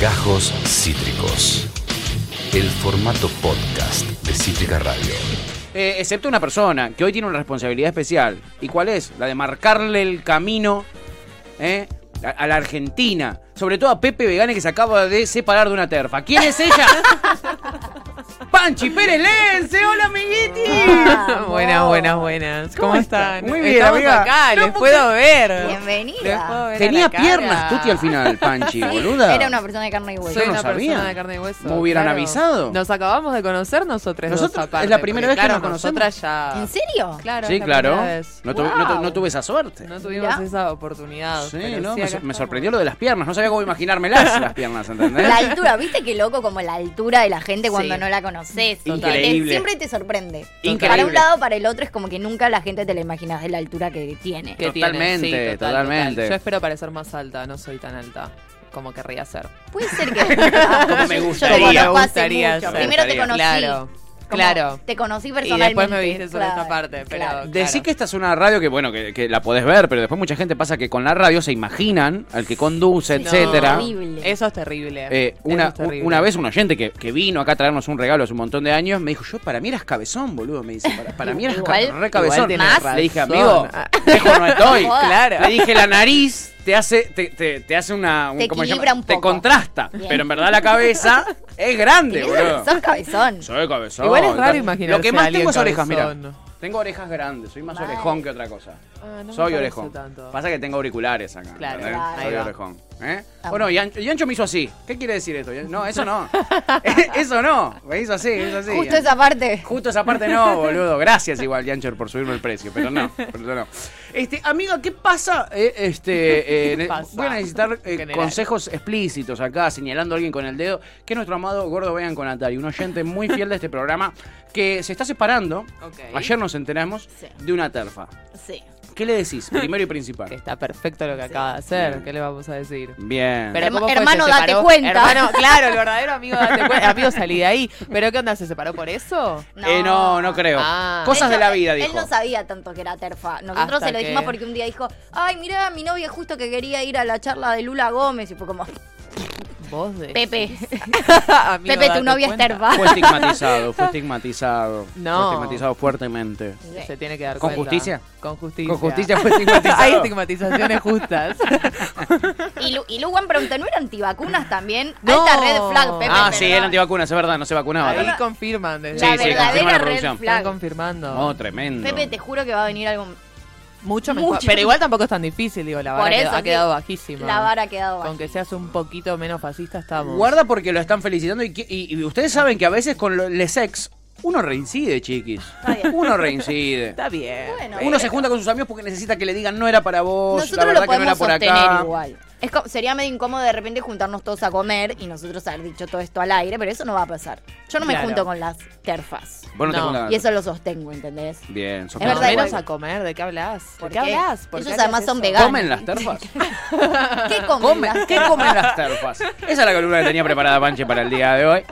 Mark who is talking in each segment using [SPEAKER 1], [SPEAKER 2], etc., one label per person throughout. [SPEAKER 1] Gajos Cítricos. El formato podcast de Cítrica Radio.
[SPEAKER 2] Eh, excepto una persona que hoy tiene una responsabilidad especial. ¿Y cuál es? La de marcarle el camino ¿eh? a, a la Argentina. Sobre todo a Pepe Vegane que se acaba de separar de una terfa. ¿Quién es ella? ¡Panchi Pérez Lense! ¡Hola, amiguiti!
[SPEAKER 3] Buenas, buenas, buenas. ¿Cómo, están?
[SPEAKER 2] Muy bien,
[SPEAKER 3] Estamos
[SPEAKER 2] amiga.
[SPEAKER 3] acá,
[SPEAKER 2] No,
[SPEAKER 3] les
[SPEAKER 2] porque-
[SPEAKER 3] puedo ver. Les puedo
[SPEAKER 4] Bienvenida.
[SPEAKER 3] ver a
[SPEAKER 2] Tenía
[SPEAKER 3] la cara.
[SPEAKER 2] piernas, Tuti, al final, Panchi, boluda.
[SPEAKER 4] Era una persona de carne y hueso.
[SPEAKER 3] Soy
[SPEAKER 2] Yo no
[SPEAKER 3] una
[SPEAKER 2] sabía.
[SPEAKER 3] persona de carne y hueso.
[SPEAKER 2] Me hubieran avisado.
[SPEAKER 3] Nos acabamos de conocer nosotros
[SPEAKER 2] Nosotros-
[SPEAKER 3] dos
[SPEAKER 2] es
[SPEAKER 3] aparte,
[SPEAKER 2] la primera vez
[SPEAKER 3] porque,
[SPEAKER 2] que
[SPEAKER 3] claro,
[SPEAKER 2] nos conocemos.
[SPEAKER 3] Nosotras ya...
[SPEAKER 4] ¿En serio?
[SPEAKER 3] Claro,
[SPEAKER 2] sí,
[SPEAKER 3] es la
[SPEAKER 2] claro.
[SPEAKER 3] primera vez.
[SPEAKER 2] No, tu- no tu-
[SPEAKER 4] Wow.
[SPEAKER 2] no tuve esa suerte.
[SPEAKER 3] No tuvimos
[SPEAKER 4] Mirá.
[SPEAKER 3] esa oportunidad.
[SPEAKER 2] sí,
[SPEAKER 3] pero
[SPEAKER 2] no,
[SPEAKER 3] sí,
[SPEAKER 2] me,
[SPEAKER 3] acá
[SPEAKER 2] me
[SPEAKER 3] estamos.
[SPEAKER 2] sorprendió lo de las piernas. No sabía cómo imaginármelas las piernas, ¿entendés?
[SPEAKER 4] La altura, ¿viste qué loco como la altura de la gente cuando
[SPEAKER 3] Sí.
[SPEAKER 4] no la conoces?
[SPEAKER 2] Total.
[SPEAKER 4] Que te-
[SPEAKER 2] Increíble.
[SPEAKER 4] siempre te sorprende.
[SPEAKER 2] Increíble.
[SPEAKER 4] Para un lado, para el otro, es como que nunca la gente te la imaginas de la altura que tiene.
[SPEAKER 3] Que tiene, sí,
[SPEAKER 2] Totalmente,
[SPEAKER 3] total, total.
[SPEAKER 2] totalmente.
[SPEAKER 3] Yo espero parecer más alta, no soy tan alta como querría ser.
[SPEAKER 4] Puede ser que. Como
[SPEAKER 2] me
[SPEAKER 4] Yo te
[SPEAKER 2] gustaría,
[SPEAKER 4] conozco hace
[SPEAKER 3] gustaría
[SPEAKER 4] mucho.
[SPEAKER 3] ser.
[SPEAKER 4] Primero te
[SPEAKER 2] Gustaría.
[SPEAKER 4] conocí.
[SPEAKER 3] Claro,
[SPEAKER 4] como
[SPEAKER 3] claro.
[SPEAKER 4] Te conocí
[SPEAKER 3] después
[SPEAKER 4] personalmente.
[SPEAKER 3] me viste sobre esta parte, pero-
[SPEAKER 2] Decí
[SPEAKER 3] Claro.
[SPEAKER 2] que esta es una radio que, bueno, que, que la podés ver, pero después mucha gente pasa que con la radio se imaginan al que conduce,
[SPEAKER 4] Sí,
[SPEAKER 2] etcétera.
[SPEAKER 4] horrible.
[SPEAKER 3] Eso es terrible.
[SPEAKER 2] Eh,
[SPEAKER 3] Eso
[SPEAKER 2] una,
[SPEAKER 3] es terrible.
[SPEAKER 2] una vez un oyente que, que vino acá a traernos un regalo hace un montón de años me dijo, yo para mí eras cabezón, boludo, me dice, para, para mí eras ca-
[SPEAKER 4] Igual-
[SPEAKER 2] re cabezón.
[SPEAKER 3] igual tenés
[SPEAKER 2] Le dije,
[SPEAKER 3] razón.
[SPEAKER 2] amigo,
[SPEAKER 3] Ah.
[SPEAKER 2] viejo no estoy.
[SPEAKER 4] No jodas.
[SPEAKER 3] Claro.
[SPEAKER 2] Le dije, la nariz te hace, te, te- te hace una...
[SPEAKER 4] Te
[SPEAKER 2] ¿cómo se
[SPEAKER 4] equilibra
[SPEAKER 2] llama?
[SPEAKER 4] un
[SPEAKER 2] Te
[SPEAKER 4] poco.
[SPEAKER 2] contrasta,
[SPEAKER 4] Bien.
[SPEAKER 2] pero en verdad la cabeza es grande, boludo.
[SPEAKER 4] Sos cabezón.
[SPEAKER 2] Soy cabezón.
[SPEAKER 3] Igual es raro
[SPEAKER 2] Entonces,
[SPEAKER 3] imaginarse
[SPEAKER 2] Lo que
[SPEAKER 3] a
[SPEAKER 2] más
[SPEAKER 3] alguien
[SPEAKER 2] tengo es orejas, mira.
[SPEAKER 3] cabezón.
[SPEAKER 2] Tengo orejas grandes, soy más
[SPEAKER 4] Mal.
[SPEAKER 2] orejón que otra cosa.
[SPEAKER 3] Ah, no me
[SPEAKER 2] soy
[SPEAKER 3] parece
[SPEAKER 2] orejón.
[SPEAKER 3] tanto.
[SPEAKER 2] Pasa que tengo auriculares acá.
[SPEAKER 3] Claro,
[SPEAKER 2] ¿entendés?
[SPEAKER 4] claro.
[SPEAKER 2] Soy
[SPEAKER 3] Ahí va.
[SPEAKER 2] orejón. ¿eh?
[SPEAKER 4] Ah.
[SPEAKER 2] Bueno, y Ancho, y Ancho me hizo así. ¿Qué quiere decir esto? No, eso no. eso no. Me hizo así, me hizo así.
[SPEAKER 4] Justo esa parte.
[SPEAKER 2] Justo esa parte no, boludo. Gracias igual, Yancher, por subirme el precio, pero no, pero no. Este, amiga, ¿qué pasa? Eh, este, eh,
[SPEAKER 3] ¿Qué
[SPEAKER 2] ne-
[SPEAKER 3] pasa?
[SPEAKER 2] Voy a necesitar eh,
[SPEAKER 3] General.
[SPEAKER 2] consejos explícitos acá, señalando a alguien con el dedo, que es nuestro amado Gordo Vean con Atari, un oyente muy fiel de este programa, que se está separando,
[SPEAKER 3] Ok.
[SPEAKER 2] ayer nos enteramos,
[SPEAKER 4] Sí.
[SPEAKER 2] de una terfa.
[SPEAKER 4] Sí.
[SPEAKER 2] ¿Qué le decís, primero y
[SPEAKER 3] Que
[SPEAKER 2] principal?
[SPEAKER 3] está perfecto lo que acaba de hacer. ¿Qué le vamos a decir?
[SPEAKER 2] Bien.
[SPEAKER 3] Pero
[SPEAKER 4] Herma-
[SPEAKER 3] ¿cómo fue?
[SPEAKER 4] hermano,
[SPEAKER 3] ¿Se
[SPEAKER 4] date
[SPEAKER 3] separó?
[SPEAKER 4] cuenta.
[SPEAKER 3] Hermano, claro, el verdadero amigo, date cuenta. Amigo, salí de ahí. ¿Pero qué onda? ¿Se separó por eso?
[SPEAKER 2] no, eh, no, no creo.
[SPEAKER 3] Ah.
[SPEAKER 2] Cosas de
[SPEAKER 4] hecho,
[SPEAKER 2] la vida,
[SPEAKER 4] él-
[SPEAKER 2] dijo.
[SPEAKER 4] Él no sabía tanto que era terfa. Nosotros
[SPEAKER 3] Hasta
[SPEAKER 4] se lo dijimos
[SPEAKER 3] que-
[SPEAKER 4] porque un día dijo, ay, mirá, mi novia justo que quería ir a la charla de Lula Gómez. Y fue como,
[SPEAKER 3] Vos de...
[SPEAKER 4] Pepe,
[SPEAKER 3] Amigo,
[SPEAKER 4] Pepe, tu
[SPEAKER 3] date
[SPEAKER 4] novia
[SPEAKER 3] cuenta.
[SPEAKER 4] es terfa.
[SPEAKER 2] Fue estigmatizado, fue estigmatizado.
[SPEAKER 3] No.
[SPEAKER 2] Fue estigmatizado fuertemente.
[SPEAKER 3] Se tiene que dar
[SPEAKER 2] ¿Con
[SPEAKER 3] cuenta.
[SPEAKER 2] justicia?
[SPEAKER 3] Con justicia.
[SPEAKER 2] Con justicia fue estigmatizado.
[SPEAKER 3] Hay estigmatizaciones justas.
[SPEAKER 4] Y, Lu, y Luan preguntó, ¿no era antivacunas también?
[SPEAKER 3] No.
[SPEAKER 4] Alta red flag, Pepe.
[SPEAKER 2] Ah,
[SPEAKER 4] pero
[SPEAKER 2] sí,
[SPEAKER 4] no.
[SPEAKER 2] era antivacunas, es verdad, no se vacunaba.
[SPEAKER 3] Ahí
[SPEAKER 2] tampoco.
[SPEAKER 3] confirman.
[SPEAKER 2] Sí,
[SPEAKER 4] La
[SPEAKER 3] Desde
[SPEAKER 2] sí, confirma
[SPEAKER 4] verdadera
[SPEAKER 2] la
[SPEAKER 4] red
[SPEAKER 2] producción.
[SPEAKER 3] Están
[SPEAKER 4] flag.
[SPEAKER 3] confirmando.
[SPEAKER 2] No, tremendo.
[SPEAKER 4] Pepe, te juro que va a venir algo...
[SPEAKER 3] Mucho mejor.
[SPEAKER 4] Mucho.
[SPEAKER 3] Pero igual tampoco es tan difícil, digo. La vara
[SPEAKER 4] Por
[SPEAKER 3] quedó-
[SPEAKER 4] eso,
[SPEAKER 3] ha quedado
[SPEAKER 4] sí.
[SPEAKER 3] bajísima.
[SPEAKER 4] La vara ha quedado
[SPEAKER 3] Con que seas un poquito menos fascista estamos.
[SPEAKER 2] Guarda porque lo están felicitando y, que- y- y ustedes saben que a veces con lo- les ex uno reincide, chiquis.
[SPEAKER 4] Está bien.
[SPEAKER 2] Uno reincide.
[SPEAKER 3] Está bien.
[SPEAKER 4] Bueno. eh,
[SPEAKER 2] Uno se junta con sus amigos porque necesita que le digan no era para vos, la
[SPEAKER 4] Nosotros
[SPEAKER 2] verdad
[SPEAKER 4] lo
[SPEAKER 2] que no era
[SPEAKER 4] podemos
[SPEAKER 2] por
[SPEAKER 4] sostener
[SPEAKER 2] acá.
[SPEAKER 4] igual. Es co- sería medio incómodo de repente juntarnos todos a comer y nosotros haber dicho todo esto al aire, pero eso no va a pasar. Yo no me
[SPEAKER 3] Claro.
[SPEAKER 4] junto con las terfas.
[SPEAKER 2] Vos no te
[SPEAKER 3] No.
[SPEAKER 2] juntas.
[SPEAKER 4] Y eso lo sostengo, ¿entendés?
[SPEAKER 2] Bien, sos
[SPEAKER 4] Es
[SPEAKER 3] No,
[SPEAKER 2] como-
[SPEAKER 4] verdad,
[SPEAKER 3] menos
[SPEAKER 4] igual.
[SPEAKER 3] a comer, ¿de qué hablas? ¿De
[SPEAKER 4] ¿Por
[SPEAKER 3] qué
[SPEAKER 4] qué?
[SPEAKER 3] hablas? ¿Por qué
[SPEAKER 4] Ellos
[SPEAKER 3] haces
[SPEAKER 4] además son
[SPEAKER 3] eso?
[SPEAKER 4] veganos.
[SPEAKER 2] ¿Comen las terfas?
[SPEAKER 4] ¿Qué comen?
[SPEAKER 2] ¿Comen?
[SPEAKER 4] las
[SPEAKER 2] ¿Qué comen las terfas? Esa es la columna que tenía preparada Panche para el día de hoy.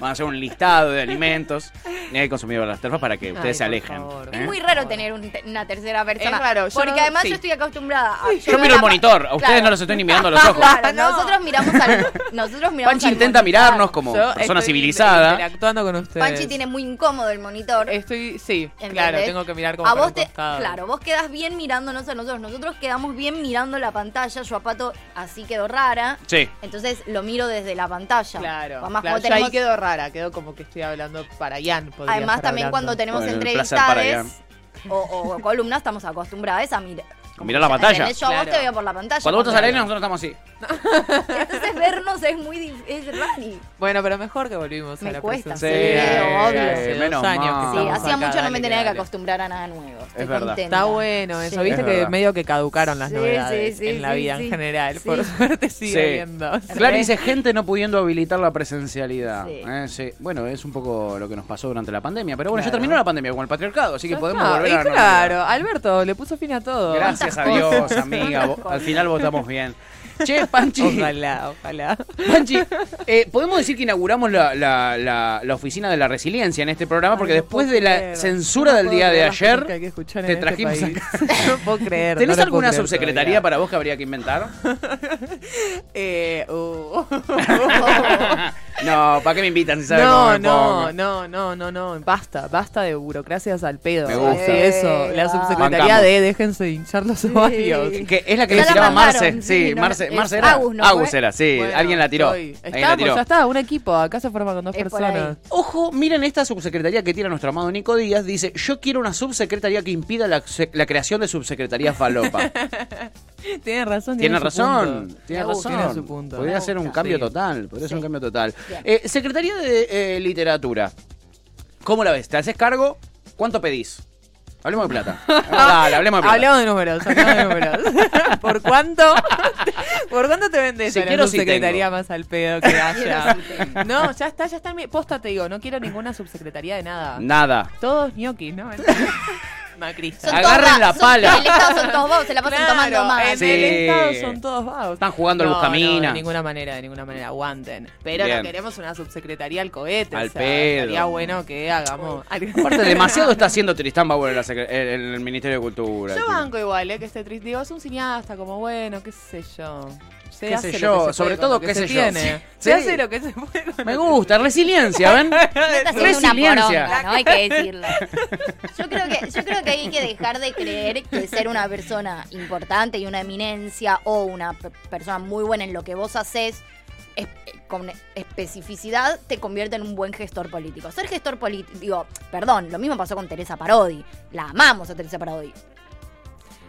[SPEAKER 2] Van a hacer un listado de alimentos que he consumido las terfas para que ustedes se
[SPEAKER 3] Ay, por
[SPEAKER 2] alejen.
[SPEAKER 3] favor.
[SPEAKER 2] ¿eh?
[SPEAKER 4] Es muy raro tener un te- una tercera persona.
[SPEAKER 3] Es raro, yo
[SPEAKER 4] Porque
[SPEAKER 3] no-
[SPEAKER 4] además
[SPEAKER 3] sí.
[SPEAKER 4] yo estoy acostumbrada. a-
[SPEAKER 2] Yo
[SPEAKER 4] no
[SPEAKER 2] miro el
[SPEAKER 4] la-
[SPEAKER 2] monitor, a ustedes
[SPEAKER 4] Claro.
[SPEAKER 2] no los estoy ni mirando a los ojos.
[SPEAKER 4] Claro,
[SPEAKER 3] No.
[SPEAKER 4] nosotros miramos al. Nosotros miramos
[SPEAKER 2] Panchi
[SPEAKER 4] al
[SPEAKER 2] intenta
[SPEAKER 4] monitor.
[SPEAKER 2] mirarnos como
[SPEAKER 3] Yo
[SPEAKER 2] persona
[SPEAKER 3] estoy
[SPEAKER 2] civilizada.
[SPEAKER 3] Interactuando con ustedes.
[SPEAKER 4] Panchi tiene muy incómodo el monitor.
[SPEAKER 3] Estoy, sí,
[SPEAKER 4] ¿entendés?
[SPEAKER 3] claro, tengo que mirar como
[SPEAKER 4] a
[SPEAKER 3] para
[SPEAKER 4] vos
[SPEAKER 3] un
[SPEAKER 4] te,
[SPEAKER 3] costado.
[SPEAKER 4] Claro, vos quedás bien mirándonos a nosotros. Nosotros quedamos bien mirando la pantalla. Yo a Pato así quedó rara.
[SPEAKER 2] Sí.
[SPEAKER 4] Entonces lo miro desde la pantalla.
[SPEAKER 3] Claro,
[SPEAKER 4] Además,
[SPEAKER 3] claro,
[SPEAKER 4] cuando
[SPEAKER 3] yo
[SPEAKER 4] tenemos-
[SPEAKER 3] ahí quedó rara, quedó como que estoy hablando para Ian. podría
[SPEAKER 4] Además,
[SPEAKER 3] estar
[SPEAKER 4] también
[SPEAKER 3] hablando.
[SPEAKER 4] cuando tenemos
[SPEAKER 2] Bueno, el placer para
[SPEAKER 4] entrevistades o, o columnas, estamos acostumbradas a mirar.
[SPEAKER 2] Mirar la pantalla.
[SPEAKER 4] Yo a vos
[SPEAKER 3] Claro.
[SPEAKER 4] te veo por la pantalla.
[SPEAKER 2] Cuando vos estás
[SPEAKER 4] Claro.
[SPEAKER 2] arena, nosotros estamos así.
[SPEAKER 4] Entonces vernos es muy dif- es raro.
[SPEAKER 3] Bueno, pero mejor que volvimos a
[SPEAKER 4] Me
[SPEAKER 3] la
[SPEAKER 4] cuesta,
[SPEAKER 3] presencia.
[SPEAKER 2] sí,
[SPEAKER 4] obvio.
[SPEAKER 3] Hace dos
[SPEAKER 2] Menos
[SPEAKER 3] años que
[SPEAKER 2] mal.
[SPEAKER 4] Sí,
[SPEAKER 3] estamos
[SPEAKER 4] hacía
[SPEAKER 3] acá,
[SPEAKER 4] mucho no me
[SPEAKER 3] dale,
[SPEAKER 4] tenía que
[SPEAKER 3] dale.
[SPEAKER 4] acostumbrar a nada nuevo. Estoy
[SPEAKER 2] Es verdad.
[SPEAKER 4] contenta.
[SPEAKER 3] Está bueno eso,
[SPEAKER 4] Sí.
[SPEAKER 3] viste
[SPEAKER 2] Es
[SPEAKER 3] que
[SPEAKER 2] verdad.
[SPEAKER 3] medio que caducaron las
[SPEAKER 4] Sí,
[SPEAKER 3] novedades
[SPEAKER 4] sí, sí,
[SPEAKER 3] en la
[SPEAKER 4] sí,
[SPEAKER 3] vida
[SPEAKER 4] sí.
[SPEAKER 3] en general.
[SPEAKER 4] Sí.
[SPEAKER 3] Por suerte sigue
[SPEAKER 2] Sí.
[SPEAKER 3] habiendo.
[SPEAKER 2] Claro, dice gente no pudiendo habilitar la presencialidad.
[SPEAKER 4] Sí.
[SPEAKER 2] Eh, sí. Bueno, es un poco lo que nos pasó durante la pandemia. Pero bueno, ya
[SPEAKER 3] Claro.
[SPEAKER 2] terminó la pandemia con el patriarcado, así que
[SPEAKER 3] Ya
[SPEAKER 2] podemos
[SPEAKER 3] está.
[SPEAKER 2] volver
[SPEAKER 3] Y
[SPEAKER 2] a la normalidad.
[SPEAKER 3] Claro, Alberto le puso fin a todo.
[SPEAKER 2] Gracias a Dios, amiga. Vo- Al final votamos bien. Che, Panchi.
[SPEAKER 3] Ojalá, ojalá.
[SPEAKER 2] Panchi, eh, podemos decir que inauguramos la, la- la- la oficina de la resiliencia en este programa, porque
[SPEAKER 3] Ay, no
[SPEAKER 2] después
[SPEAKER 3] puedo
[SPEAKER 2] de la
[SPEAKER 3] creer.
[SPEAKER 2] censura
[SPEAKER 3] No
[SPEAKER 2] del
[SPEAKER 3] puedo
[SPEAKER 2] día de
[SPEAKER 3] creer las cosas que hay que
[SPEAKER 2] ayer,
[SPEAKER 3] escuchar en
[SPEAKER 2] te
[SPEAKER 3] este
[SPEAKER 2] trajimos
[SPEAKER 3] país.
[SPEAKER 2] acá.
[SPEAKER 3] no puedo creer.
[SPEAKER 2] ¿Tenés
[SPEAKER 3] no lo puedo
[SPEAKER 2] alguna
[SPEAKER 3] creer
[SPEAKER 2] subsecretaría
[SPEAKER 3] todavía.
[SPEAKER 2] para vos que habría que inventar?
[SPEAKER 3] Eh, uh,
[SPEAKER 2] No, ¿para qué me invitan si saben cómo
[SPEAKER 3] No,
[SPEAKER 2] me
[SPEAKER 3] no,
[SPEAKER 2] pongo?
[SPEAKER 3] no, no, no, no, basta, basta de burocracias al pedo.
[SPEAKER 2] Me gusta.
[SPEAKER 3] Sí, eso, la
[SPEAKER 4] Eva.
[SPEAKER 3] subsecretaría de déjense de hinchar los ovarios.
[SPEAKER 4] Sí.
[SPEAKER 2] Que es la que
[SPEAKER 4] Ya
[SPEAKER 2] le
[SPEAKER 4] la
[SPEAKER 2] tiraba
[SPEAKER 4] mandaron,
[SPEAKER 2] Marce. Sí,
[SPEAKER 4] sí, no,
[SPEAKER 2] Marce,
[SPEAKER 4] es
[SPEAKER 2] Marce era.
[SPEAKER 4] Agus, ¿no
[SPEAKER 2] Agus
[SPEAKER 4] fue?
[SPEAKER 2] era, sí.
[SPEAKER 3] Bueno,
[SPEAKER 2] alguien la tiró.
[SPEAKER 3] estoy-
[SPEAKER 2] Alguien la
[SPEAKER 3] Estamos,
[SPEAKER 2] tiró.
[SPEAKER 3] ya está, un equipo, acá se forma con dos
[SPEAKER 4] Es por
[SPEAKER 3] personas.
[SPEAKER 2] Ojo, miren esta subsecretaría que tira nuestro amado Nico Díaz. Dice, yo quiero una subsecretaría que impida la, se- la creación de subsecretaría falopa.
[SPEAKER 3] Tiene razón,
[SPEAKER 2] tiene
[SPEAKER 3] su
[SPEAKER 2] razón,
[SPEAKER 3] punto.
[SPEAKER 2] tiene
[SPEAKER 4] Me gusta.
[SPEAKER 2] razón.
[SPEAKER 3] Tiene su punto.
[SPEAKER 2] Podría
[SPEAKER 4] Me
[SPEAKER 2] ser un
[SPEAKER 4] gusta.
[SPEAKER 2] cambio
[SPEAKER 3] Sí.
[SPEAKER 2] total, podría ser un cambio total.
[SPEAKER 4] Bien.
[SPEAKER 2] Eh, secretaría de eh, Literatura. ¿Cómo la ves? ¿Te haces cargo? ¿Cuánto pedís? Hablemos de plata. Dale, hablemos de plata.
[SPEAKER 3] Hablamos de números, hablamos de números. ¿Por cuánto? ¿Por cuánto te vendes
[SPEAKER 2] Si
[SPEAKER 3] a la
[SPEAKER 2] quiero, sí
[SPEAKER 3] subsecretaría
[SPEAKER 2] tengo.
[SPEAKER 3] más al pedo que haya?
[SPEAKER 4] Quiero, sí tengo.
[SPEAKER 3] no, ya está, ya está. en mi- Posta te digo, no quiero ninguna subsecretaría de nada.
[SPEAKER 2] Nada.
[SPEAKER 3] Todos ñoquis, ¿no? Macrista.
[SPEAKER 4] Son
[SPEAKER 2] Agarren
[SPEAKER 4] todos va-
[SPEAKER 2] la
[SPEAKER 4] son-
[SPEAKER 2] pala.
[SPEAKER 4] el Estado son todos vos, se la pasan tomando más.
[SPEAKER 3] en
[SPEAKER 2] Sí.
[SPEAKER 3] el Estado son todos vagos.
[SPEAKER 2] Están jugando al
[SPEAKER 3] No,
[SPEAKER 2] Buscamina.
[SPEAKER 3] No, de ninguna manera, de ninguna manera, aguanten. Pero
[SPEAKER 2] Bien.
[SPEAKER 3] no queremos una subsecretaría al cohete.
[SPEAKER 2] Al
[SPEAKER 3] o sea,
[SPEAKER 2] pedo.
[SPEAKER 3] Sería bueno que hagamos.
[SPEAKER 2] Aparte, demasiado está haciendo Tristán Bauer en, la secre- en el Ministerio de Cultura.
[SPEAKER 3] Yo banco igual, ¿eh? Que esté triste. Digo, es un cineasta, como bueno, qué sé yo. Se
[SPEAKER 2] Qué
[SPEAKER 3] hace
[SPEAKER 2] sé
[SPEAKER 3] lo
[SPEAKER 2] yo,
[SPEAKER 3] que se
[SPEAKER 2] sobre
[SPEAKER 3] puede con
[SPEAKER 2] todo
[SPEAKER 3] lo que
[SPEAKER 2] qué
[SPEAKER 3] se
[SPEAKER 2] sé yo.
[SPEAKER 3] tiene.
[SPEAKER 2] Sí. Sí.
[SPEAKER 3] Se hace lo que se puede con
[SPEAKER 2] Me
[SPEAKER 3] lo que-
[SPEAKER 2] gusta, resiliencia, ¿ven?
[SPEAKER 4] Está haciendo una
[SPEAKER 2] Resiliencia.
[SPEAKER 4] poronga, no hay que decirlo. Yo creo que, yo creo que hay que dejar de creer que ser una persona importante y una eminencia o una pe- persona muy buena en lo que vos haces es- con especificidad te convierte en un buen gestor político. Ser gestor político, digo, perdón, lo mismo pasó con Teresa Parodi. La amamos a Teresa Parodi.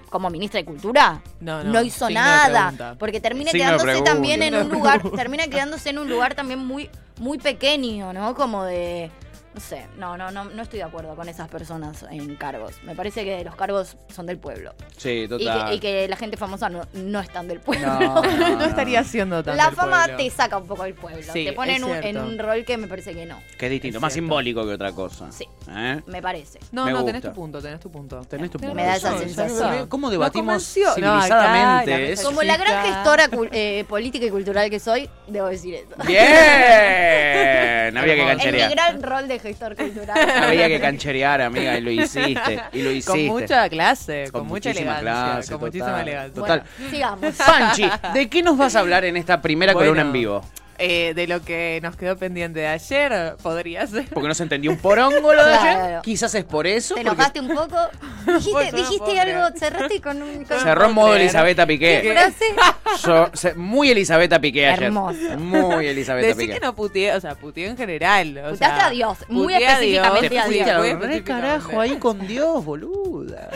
[SPEAKER 4] Como ministra de Cultura,
[SPEAKER 3] No,
[SPEAKER 4] no,
[SPEAKER 3] no,
[SPEAKER 4] hizo
[SPEAKER 3] signo de pregunta.
[SPEAKER 4] nada. Porque termina
[SPEAKER 2] Signo de
[SPEAKER 4] quedándose
[SPEAKER 2] pregunta.
[SPEAKER 4] también en
[SPEAKER 3] Signo de
[SPEAKER 4] un lugar, termina quedándose en un lugar también muy, muy pequeño, ¿no? Como de. No sé, no, no, no, no estoy de acuerdo con esas personas en cargos. Me parece que los cargos son del pueblo.
[SPEAKER 2] Sí,
[SPEAKER 4] Y que,
[SPEAKER 2] total.
[SPEAKER 4] y que la gente famosa no, no es tan del pueblo.
[SPEAKER 2] No, no,
[SPEAKER 3] No estaría haciendo tanto.
[SPEAKER 4] La
[SPEAKER 3] el
[SPEAKER 4] fama
[SPEAKER 3] pueblo.
[SPEAKER 4] te saca un poco del pueblo.
[SPEAKER 3] Sí,
[SPEAKER 4] te pone
[SPEAKER 3] es
[SPEAKER 4] en un, en
[SPEAKER 3] cierto.
[SPEAKER 4] un rol que me parece que no.
[SPEAKER 2] Que es distinto,
[SPEAKER 3] Es
[SPEAKER 2] más
[SPEAKER 3] cierto.
[SPEAKER 2] simbólico que otra cosa.
[SPEAKER 4] Sí.
[SPEAKER 2] ¿Eh?
[SPEAKER 4] Me parece.
[SPEAKER 3] No,
[SPEAKER 2] Me
[SPEAKER 3] no, tenés
[SPEAKER 2] gusta.
[SPEAKER 3] tu punto, tenés tu punto.
[SPEAKER 2] Tenés tu
[SPEAKER 3] Tenés
[SPEAKER 4] Me da esa
[SPEAKER 3] razón,
[SPEAKER 4] sensación.
[SPEAKER 3] razón.
[SPEAKER 2] ¿Cómo
[SPEAKER 3] No
[SPEAKER 2] debatimos
[SPEAKER 3] convenció- No, acá,
[SPEAKER 2] civilizadamente?
[SPEAKER 3] la mesa
[SPEAKER 2] Es-
[SPEAKER 4] Como la gran
[SPEAKER 3] chica.
[SPEAKER 4] gestora cul- eh, política y cultural que soy, debo decir eso.
[SPEAKER 2] ¡Bien! Había que
[SPEAKER 4] En
[SPEAKER 3] Hermoso.
[SPEAKER 4] mi
[SPEAKER 2] cancherear.
[SPEAKER 4] gran rol de gestor cultural.
[SPEAKER 2] Había que cancherear, amiga, y lo hiciste. Y lo hiciste.
[SPEAKER 3] Con mucha clase, con,
[SPEAKER 2] Con
[SPEAKER 3] mucha
[SPEAKER 2] muchísima
[SPEAKER 3] elegancia.
[SPEAKER 2] clase,
[SPEAKER 3] con
[SPEAKER 2] total,
[SPEAKER 3] muchísima elegancia.
[SPEAKER 2] total.
[SPEAKER 4] Bueno, sigamos.
[SPEAKER 2] Panchi, ¿de qué nos vas a hablar en esta primera
[SPEAKER 3] Bueno,
[SPEAKER 2] columna en vivo?
[SPEAKER 3] eh, de lo que nos quedó pendiente de ayer, podría ser.
[SPEAKER 2] Porque no se entendió un porongo lo de ayer.
[SPEAKER 4] Claro.
[SPEAKER 2] Quizás es por eso.
[SPEAKER 4] Te
[SPEAKER 2] porque
[SPEAKER 4] enojaste un poco. Dijiste,
[SPEAKER 3] Bueno,
[SPEAKER 4] dijiste
[SPEAKER 3] pobre.
[SPEAKER 4] algo, cerraste con un. con-
[SPEAKER 2] cerró en modo
[SPEAKER 3] Puedo creer.
[SPEAKER 2] Elizabeth Piqué.
[SPEAKER 3] ¿Qué?
[SPEAKER 4] frase.
[SPEAKER 2] So- se- muy Elizabeth Piqué ayer.
[SPEAKER 4] Hermoso.
[SPEAKER 2] Muy Elizabeth
[SPEAKER 3] Decir
[SPEAKER 2] Piqué.
[SPEAKER 3] que no puteé, o sea, puteé en general. O
[SPEAKER 4] Puteaste
[SPEAKER 3] sea,
[SPEAKER 4] a Dios, muy
[SPEAKER 3] puteé a
[SPEAKER 2] Te
[SPEAKER 4] específicamente
[SPEAKER 3] Dios,
[SPEAKER 4] a
[SPEAKER 2] fuiste
[SPEAKER 4] Dios.
[SPEAKER 2] al
[SPEAKER 3] puteé
[SPEAKER 2] re
[SPEAKER 3] específicamente.
[SPEAKER 2] carajo ahí con Dios, boluda.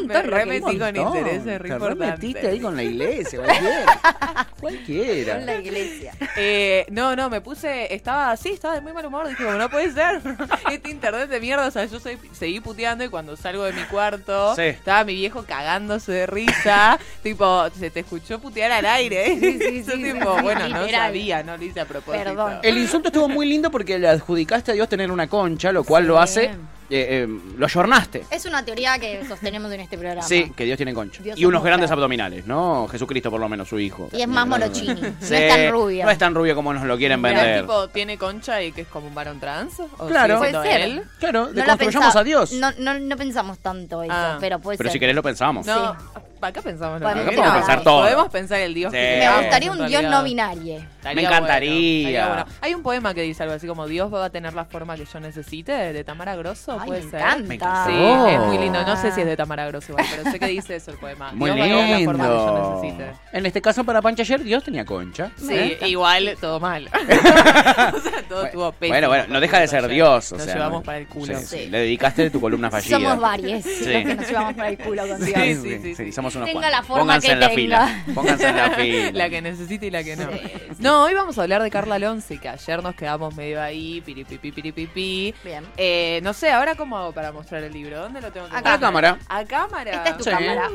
[SPEAKER 4] Un
[SPEAKER 3] Me
[SPEAKER 4] montón lo que
[SPEAKER 3] remetí
[SPEAKER 4] dijo.
[SPEAKER 3] con
[SPEAKER 2] Montón.
[SPEAKER 3] intereses re
[SPEAKER 2] Te
[SPEAKER 3] importantes.
[SPEAKER 2] remetiste ahí con la iglesia, cualquiera. cualquiera.
[SPEAKER 4] Con la iglesia.
[SPEAKER 3] Eh, no, no, me puse, estaba así, estaba de muy mal humor, dije, como no puede ser, este internet de mierda, o sea, yo soy- seguí puteando y cuando salgo de mi cuarto,
[SPEAKER 2] Sí.
[SPEAKER 3] estaba mi viejo cagándose de risa, tipo, se te escuchó putear al aire,
[SPEAKER 4] Sí, sí,
[SPEAKER 3] Yo
[SPEAKER 4] sí,
[SPEAKER 3] tipo,
[SPEAKER 4] sí,
[SPEAKER 3] bueno,
[SPEAKER 4] sí,
[SPEAKER 3] no
[SPEAKER 4] literal.
[SPEAKER 3] sabía, no lo hice a propósito.
[SPEAKER 4] Perdón.
[SPEAKER 2] El insulto estuvo muy lindo porque le adjudicaste a Dios tener una concha, lo cual
[SPEAKER 4] Sí.
[SPEAKER 2] lo hace, eh, eh, lo ayornaste.
[SPEAKER 4] Es una teoría que sostenemos en este programa.
[SPEAKER 2] Sí, que Dios tiene concha.
[SPEAKER 4] Dios
[SPEAKER 2] y
[SPEAKER 4] es
[SPEAKER 2] unos
[SPEAKER 4] mujer.
[SPEAKER 2] grandes abdominales, ¿no? Jesucristo, por lo menos, su hijo.
[SPEAKER 4] Y es más morochini. No es
[SPEAKER 2] Sí,
[SPEAKER 4] tan rubia.
[SPEAKER 2] No es tan rubio como nos lo quieren
[SPEAKER 3] Pero,
[SPEAKER 2] vender.
[SPEAKER 3] tipo, tiene concha y que es como un varón trans, ¿O
[SPEAKER 2] Claro.
[SPEAKER 3] sigue siendo
[SPEAKER 4] Puede ser.
[SPEAKER 3] él?
[SPEAKER 2] Claro,
[SPEAKER 4] No la
[SPEAKER 2] deconstruyamos
[SPEAKER 4] pensa-
[SPEAKER 2] a Dios.
[SPEAKER 4] No, no, no pensamos tanto eso,
[SPEAKER 3] Ah.
[SPEAKER 4] pero puede
[SPEAKER 2] Pero
[SPEAKER 4] ser.
[SPEAKER 2] si querés lo pensamos.
[SPEAKER 3] No, acá pensamos lo
[SPEAKER 4] Bueno, Acá
[SPEAKER 3] que queramos.
[SPEAKER 4] podemos pensar
[SPEAKER 2] todo.
[SPEAKER 3] Podemos pensar el dios
[SPEAKER 2] Sí.
[SPEAKER 3] que
[SPEAKER 4] Me
[SPEAKER 3] queramos,
[SPEAKER 4] gustaría un
[SPEAKER 3] en
[SPEAKER 4] dios
[SPEAKER 3] realidad.
[SPEAKER 4] no binario.
[SPEAKER 3] Estaría
[SPEAKER 2] Me encantaría.
[SPEAKER 3] bueno, estaría bueno. Hay un poema que dice algo así como Dios va a tener la forma que yo necesite de Tamara Grosso,
[SPEAKER 4] Ay, me
[SPEAKER 3] puede ser.
[SPEAKER 4] encanta.
[SPEAKER 2] Me encanta.
[SPEAKER 3] Sí,
[SPEAKER 2] Oh.
[SPEAKER 3] es muy lindo. No sé si es de Tamara Grosso igual, pero sé que dice eso el poema.
[SPEAKER 2] Muy
[SPEAKER 3] Dios va a tener la forma
[SPEAKER 2] lindo.
[SPEAKER 3] que yo necesite.
[SPEAKER 2] En este caso, para Pancha ayer, Dios tenía concha.
[SPEAKER 3] Sí,
[SPEAKER 2] ¿eh?
[SPEAKER 3] igual todo mal. o sea, todo
[SPEAKER 2] Bueno,
[SPEAKER 3] estuvo pésimo.
[SPEAKER 2] Bueno, bueno, no deja de ser
[SPEAKER 3] Ayer
[SPEAKER 2] Dios. O
[SPEAKER 3] Nos
[SPEAKER 2] sea,
[SPEAKER 3] llevamos
[SPEAKER 2] no-
[SPEAKER 3] para el culo.
[SPEAKER 2] Sí, sí.
[SPEAKER 4] Sí.
[SPEAKER 2] Le dedicaste tu columna fallida.
[SPEAKER 4] Somos varios los que nos llevamos para el culo con Dios.
[SPEAKER 3] Sí, sí, sí, sí.
[SPEAKER 2] somos unos
[SPEAKER 4] Tenga
[SPEAKER 2] cuantos.
[SPEAKER 4] la forma
[SPEAKER 2] Pónganse
[SPEAKER 4] que
[SPEAKER 2] en la
[SPEAKER 4] tenga.
[SPEAKER 2] fila. Pónganse en la fila.
[SPEAKER 3] La que necesite y la que no.
[SPEAKER 4] Sí,
[SPEAKER 3] No, hoy vamos a hablar de Carla Alonso, que ayer nos quedamos medio ahí, piripipi, piripipi.
[SPEAKER 4] Bien.
[SPEAKER 3] Eh, no sé, ¿ahora cómo hago para mostrar el libro? ¿Dónde lo tengo que
[SPEAKER 4] Acá.
[SPEAKER 2] A la
[SPEAKER 3] poner?
[SPEAKER 2] cámara.
[SPEAKER 3] ¿A cámara?
[SPEAKER 4] Esta es tu
[SPEAKER 2] Sí.
[SPEAKER 4] cámara.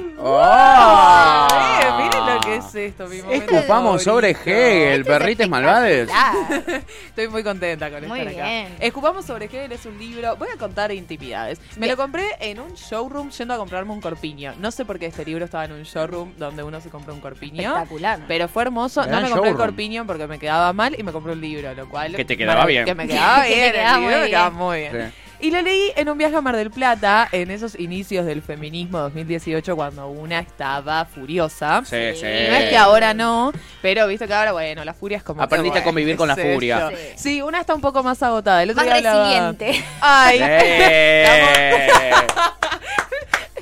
[SPEAKER 2] ¡Oh!
[SPEAKER 3] Eh, miren lo que
[SPEAKER 2] Este
[SPEAKER 3] es esto,
[SPEAKER 4] Este
[SPEAKER 3] mi momento
[SPEAKER 2] Ah. Escupamos sobre
[SPEAKER 3] favorito. Este
[SPEAKER 2] Hegel, perrites malvades.
[SPEAKER 4] Claro.
[SPEAKER 3] Estoy muy contenta con
[SPEAKER 4] Muy
[SPEAKER 3] estar acá.
[SPEAKER 4] bien.
[SPEAKER 3] Escupamos sobre Hegel es un libro. Voy a contar intimidades. Me
[SPEAKER 4] Bien.
[SPEAKER 3] lo compré en un showroom yendo a comprarme un corpiño. No sé por qué este libro estaba en un showroom donde uno se compra un corpiño.
[SPEAKER 4] Espectacular.
[SPEAKER 3] Pero fue hermoso.
[SPEAKER 2] Gran
[SPEAKER 3] no me compré el
[SPEAKER 2] showroom.
[SPEAKER 3] corpiño porque me quedaba mal y me compré un libro, lo cual.
[SPEAKER 2] Que te quedaba bien.
[SPEAKER 3] Que me quedaba
[SPEAKER 4] Que te
[SPEAKER 3] bien. el
[SPEAKER 4] quedaba
[SPEAKER 3] libro
[SPEAKER 4] muy
[SPEAKER 3] me quedaba muy bien.
[SPEAKER 2] Sí.
[SPEAKER 3] Y lo leí en un viaje a Mar del Plata, en esos inicios del feminismo 2018, cuando una estaba furiosa.
[SPEAKER 2] Sí, sí.
[SPEAKER 3] No es que ahora no, pero visto que ahora, bueno, la furia es como. que,
[SPEAKER 2] Aprendiste a
[SPEAKER 3] bueno,
[SPEAKER 2] convivir con la
[SPEAKER 3] qué sé
[SPEAKER 2] furia.
[SPEAKER 3] yo. Sí, una está un poco más agotada. El
[SPEAKER 4] Más
[SPEAKER 3] otro día hablaba-
[SPEAKER 4] resiliente.
[SPEAKER 3] Ay,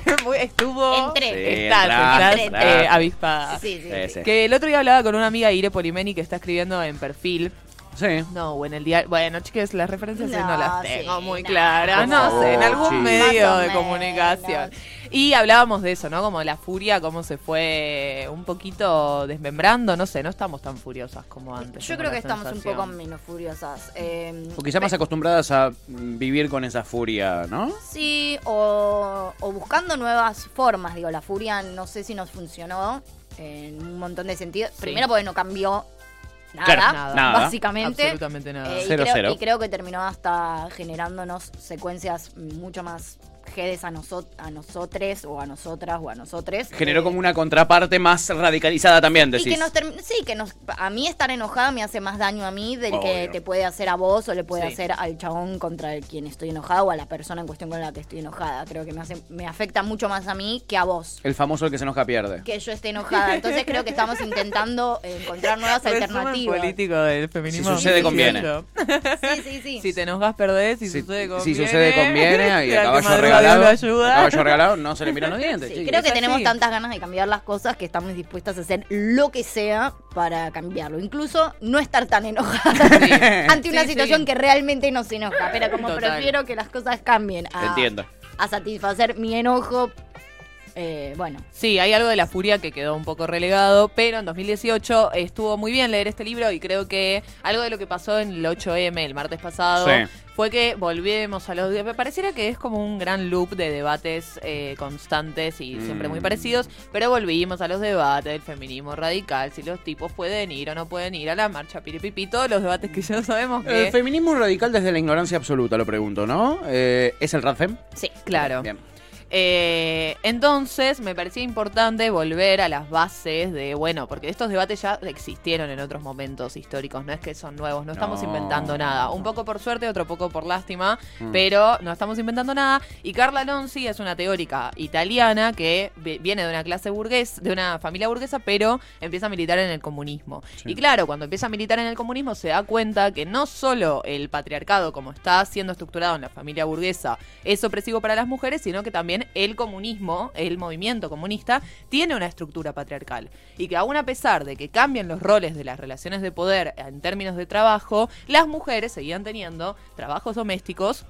[SPEAKER 2] Sí.
[SPEAKER 3] muy- estuvo.
[SPEAKER 4] Entré.
[SPEAKER 2] Sí,
[SPEAKER 3] Estás,
[SPEAKER 2] entrás,
[SPEAKER 3] estás,
[SPEAKER 2] entrás.
[SPEAKER 3] eh, avispada.
[SPEAKER 4] Sí, sí,
[SPEAKER 2] Sí,
[SPEAKER 4] sí.
[SPEAKER 2] sí.
[SPEAKER 3] Que el otro día hablaba con una amiga Ire Polimeni que está escribiendo en perfil.
[SPEAKER 2] Sí.
[SPEAKER 3] No, o en el diario. Bueno, chicas, las referencias sí no,
[SPEAKER 4] No,
[SPEAKER 3] las
[SPEAKER 4] sí,
[SPEAKER 3] tengo muy
[SPEAKER 4] no.
[SPEAKER 3] claras.
[SPEAKER 2] Por
[SPEAKER 3] No
[SPEAKER 2] favor,
[SPEAKER 3] sé, en algún
[SPEAKER 2] chicas.
[SPEAKER 3] medio
[SPEAKER 4] Más o
[SPEAKER 3] de
[SPEAKER 4] menos.
[SPEAKER 3] comunicación. Y hablábamos de eso, ¿no? Como la furia, cómo se fue un poquito desmembrando. No sé, no estamos tan furiosas como antes.
[SPEAKER 4] Yo
[SPEAKER 3] tengo
[SPEAKER 4] creo
[SPEAKER 3] la
[SPEAKER 4] que estamos un
[SPEAKER 3] sensación.
[SPEAKER 4] poco menos furiosas. Eh,
[SPEAKER 2] O quizás más acostumbradas a vivir con esa furia, ¿no?
[SPEAKER 4] Sí, o, o buscando nuevas formas. Digo, la furia no sé si nos funcionó en un montón de sentidos.
[SPEAKER 3] Sí.
[SPEAKER 4] Primero porque no cambió nada,
[SPEAKER 2] Claro,
[SPEAKER 3] nada.
[SPEAKER 4] básicamente.
[SPEAKER 3] Absolutamente nada.
[SPEAKER 4] Eh, y,
[SPEAKER 2] Cero,
[SPEAKER 4] creo,
[SPEAKER 2] cero.
[SPEAKER 4] y creo que terminó hasta generándonos secuencias mucho más jedes a, nosot a nosotres o a nosotras o a nosotres.
[SPEAKER 2] Generó
[SPEAKER 4] Eh,
[SPEAKER 2] como una contraparte más radicalizada también,
[SPEAKER 4] y
[SPEAKER 2] decís.
[SPEAKER 4] que nos termi- sí, que nos a mí estar enojada me hace más daño a mí del que
[SPEAKER 2] Obvio.
[SPEAKER 4] te puede hacer a vos o le puede
[SPEAKER 3] Sí.
[SPEAKER 4] hacer al chabón contra el quien estoy enojada o a la persona en cuestión con la que estoy enojada. Creo que me hace me afecta mucho más a mí que a vos.
[SPEAKER 2] El famoso el que se enoja pierde.
[SPEAKER 4] Que yo esté enojada. Entonces creo que estamos intentando eh, encontrar nuevas
[SPEAKER 3] Resumen
[SPEAKER 4] alternativas.
[SPEAKER 3] político del feminismo.
[SPEAKER 2] Si sucede,
[SPEAKER 4] conviene.
[SPEAKER 3] Sí,
[SPEAKER 4] Sí, sí, sí.
[SPEAKER 3] Si te enojas, perdés. Si,
[SPEAKER 2] Si-
[SPEAKER 3] sucede, conviene.
[SPEAKER 2] si sucede, conviene. Y
[SPEAKER 3] al
[SPEAKER 2] a
[SPEAKER 3] que
[SPEAKER 2] caballo
[SPEAKER 3] madruga
[SPEAKER 2] regalado.
[SPEAKER 3] Dios lo ayuda.
[SPEAKER 2] a caballo regalado no se le miran los dientes.
[SPEAKER 4] Sí,
[SPEAKER 2] chiquis.
[SPEAKER 4] creo que
[SPEAKER 3] es
[SPEAKER 4] tenemos
[SPEAKER 3] así.
[SPEAKER 4] tantas ganas de cambiar las cosas que estamos dispuestas a hacer lo que sea para cambiarlo. Incluso no estar tan enojada ante una
[SPEAKER 3] Sí,
[SPEAKER 4] situación
[SPEAKER 3] sí.
[SPEAKER 4] que realmente nos enoja. Pero como
[SPEAKER 3] Total.
[SPEAKER 4] prefiero que las cosas cambien a,
[SPEAKER 2] Entiendo.
[SPEAKER 3] Ah,
[SPEAKER 4] a satisfacer mi enojo, eh, bueno.
[SPEAKER 3] Sí, hay algo de la furia que quedó un poco relegado, pero en 2018 estuvo muy bien leer este libro y creo que algo de lo que pasó en el 8M el martes pasado
[SPEAKER 2] Sí.
[SPEAKER 3] fue que volvimos a los... Me pareciera que es como un gran loop de debates eh, constantes y siempre muy
[SPEAKER 2] Mm.
[SPEAKER 3] parecidos, pero volvimos a los debates del feminismo radical, si los tipos pueden ir o no pueden ir a la marcha piripipi, todos los debates que ya sabemos que...
[SPEAKER 2] El Eh, feminismo radical desde la ignorancia absoluta, lo pregunto, ¿no? Eh, ¿Es el Radfem?
[SPEAKER 4] Sí.
[SPEAKER 3] Claro.
[SPEAKER 2] Bien.
[SPEAKER 3] Eh, entonces, me parecía importante volver a las bases de, bueno, porque estos debates ya existieron en otros momentos históricos, no es que son nuevos, no estamos
[SPEAKER 2] No.
[SPEAKER 3] inventando nada. Un poco por suerte, otro poco por lástima,
[SPEAKER 2] Mm.
[SPEAKER 3] pero no estamos inventando nada. Y Carla Lonzi es una teórica italiana que vi- viene de una clase burgués, de una familia burguesa, pero empieza a militar en el comunismo.
[SPEAKER 2] Sí.
[SPEAKER 3] Y claro, cuando empieza a militar en el comunismo se da cuenta que no solo el patriarcado, como está siendo estructurado en la familia burguesa, es opresivo para las mujeres, sino que también el comunismo, el movimiento comunista, tiene una estructura patriarcal. Y que aún a pesar de que cambian los roles de las relaciones de poder en términos de trabajo, las mujeres seguían teniendo trabajos domésticos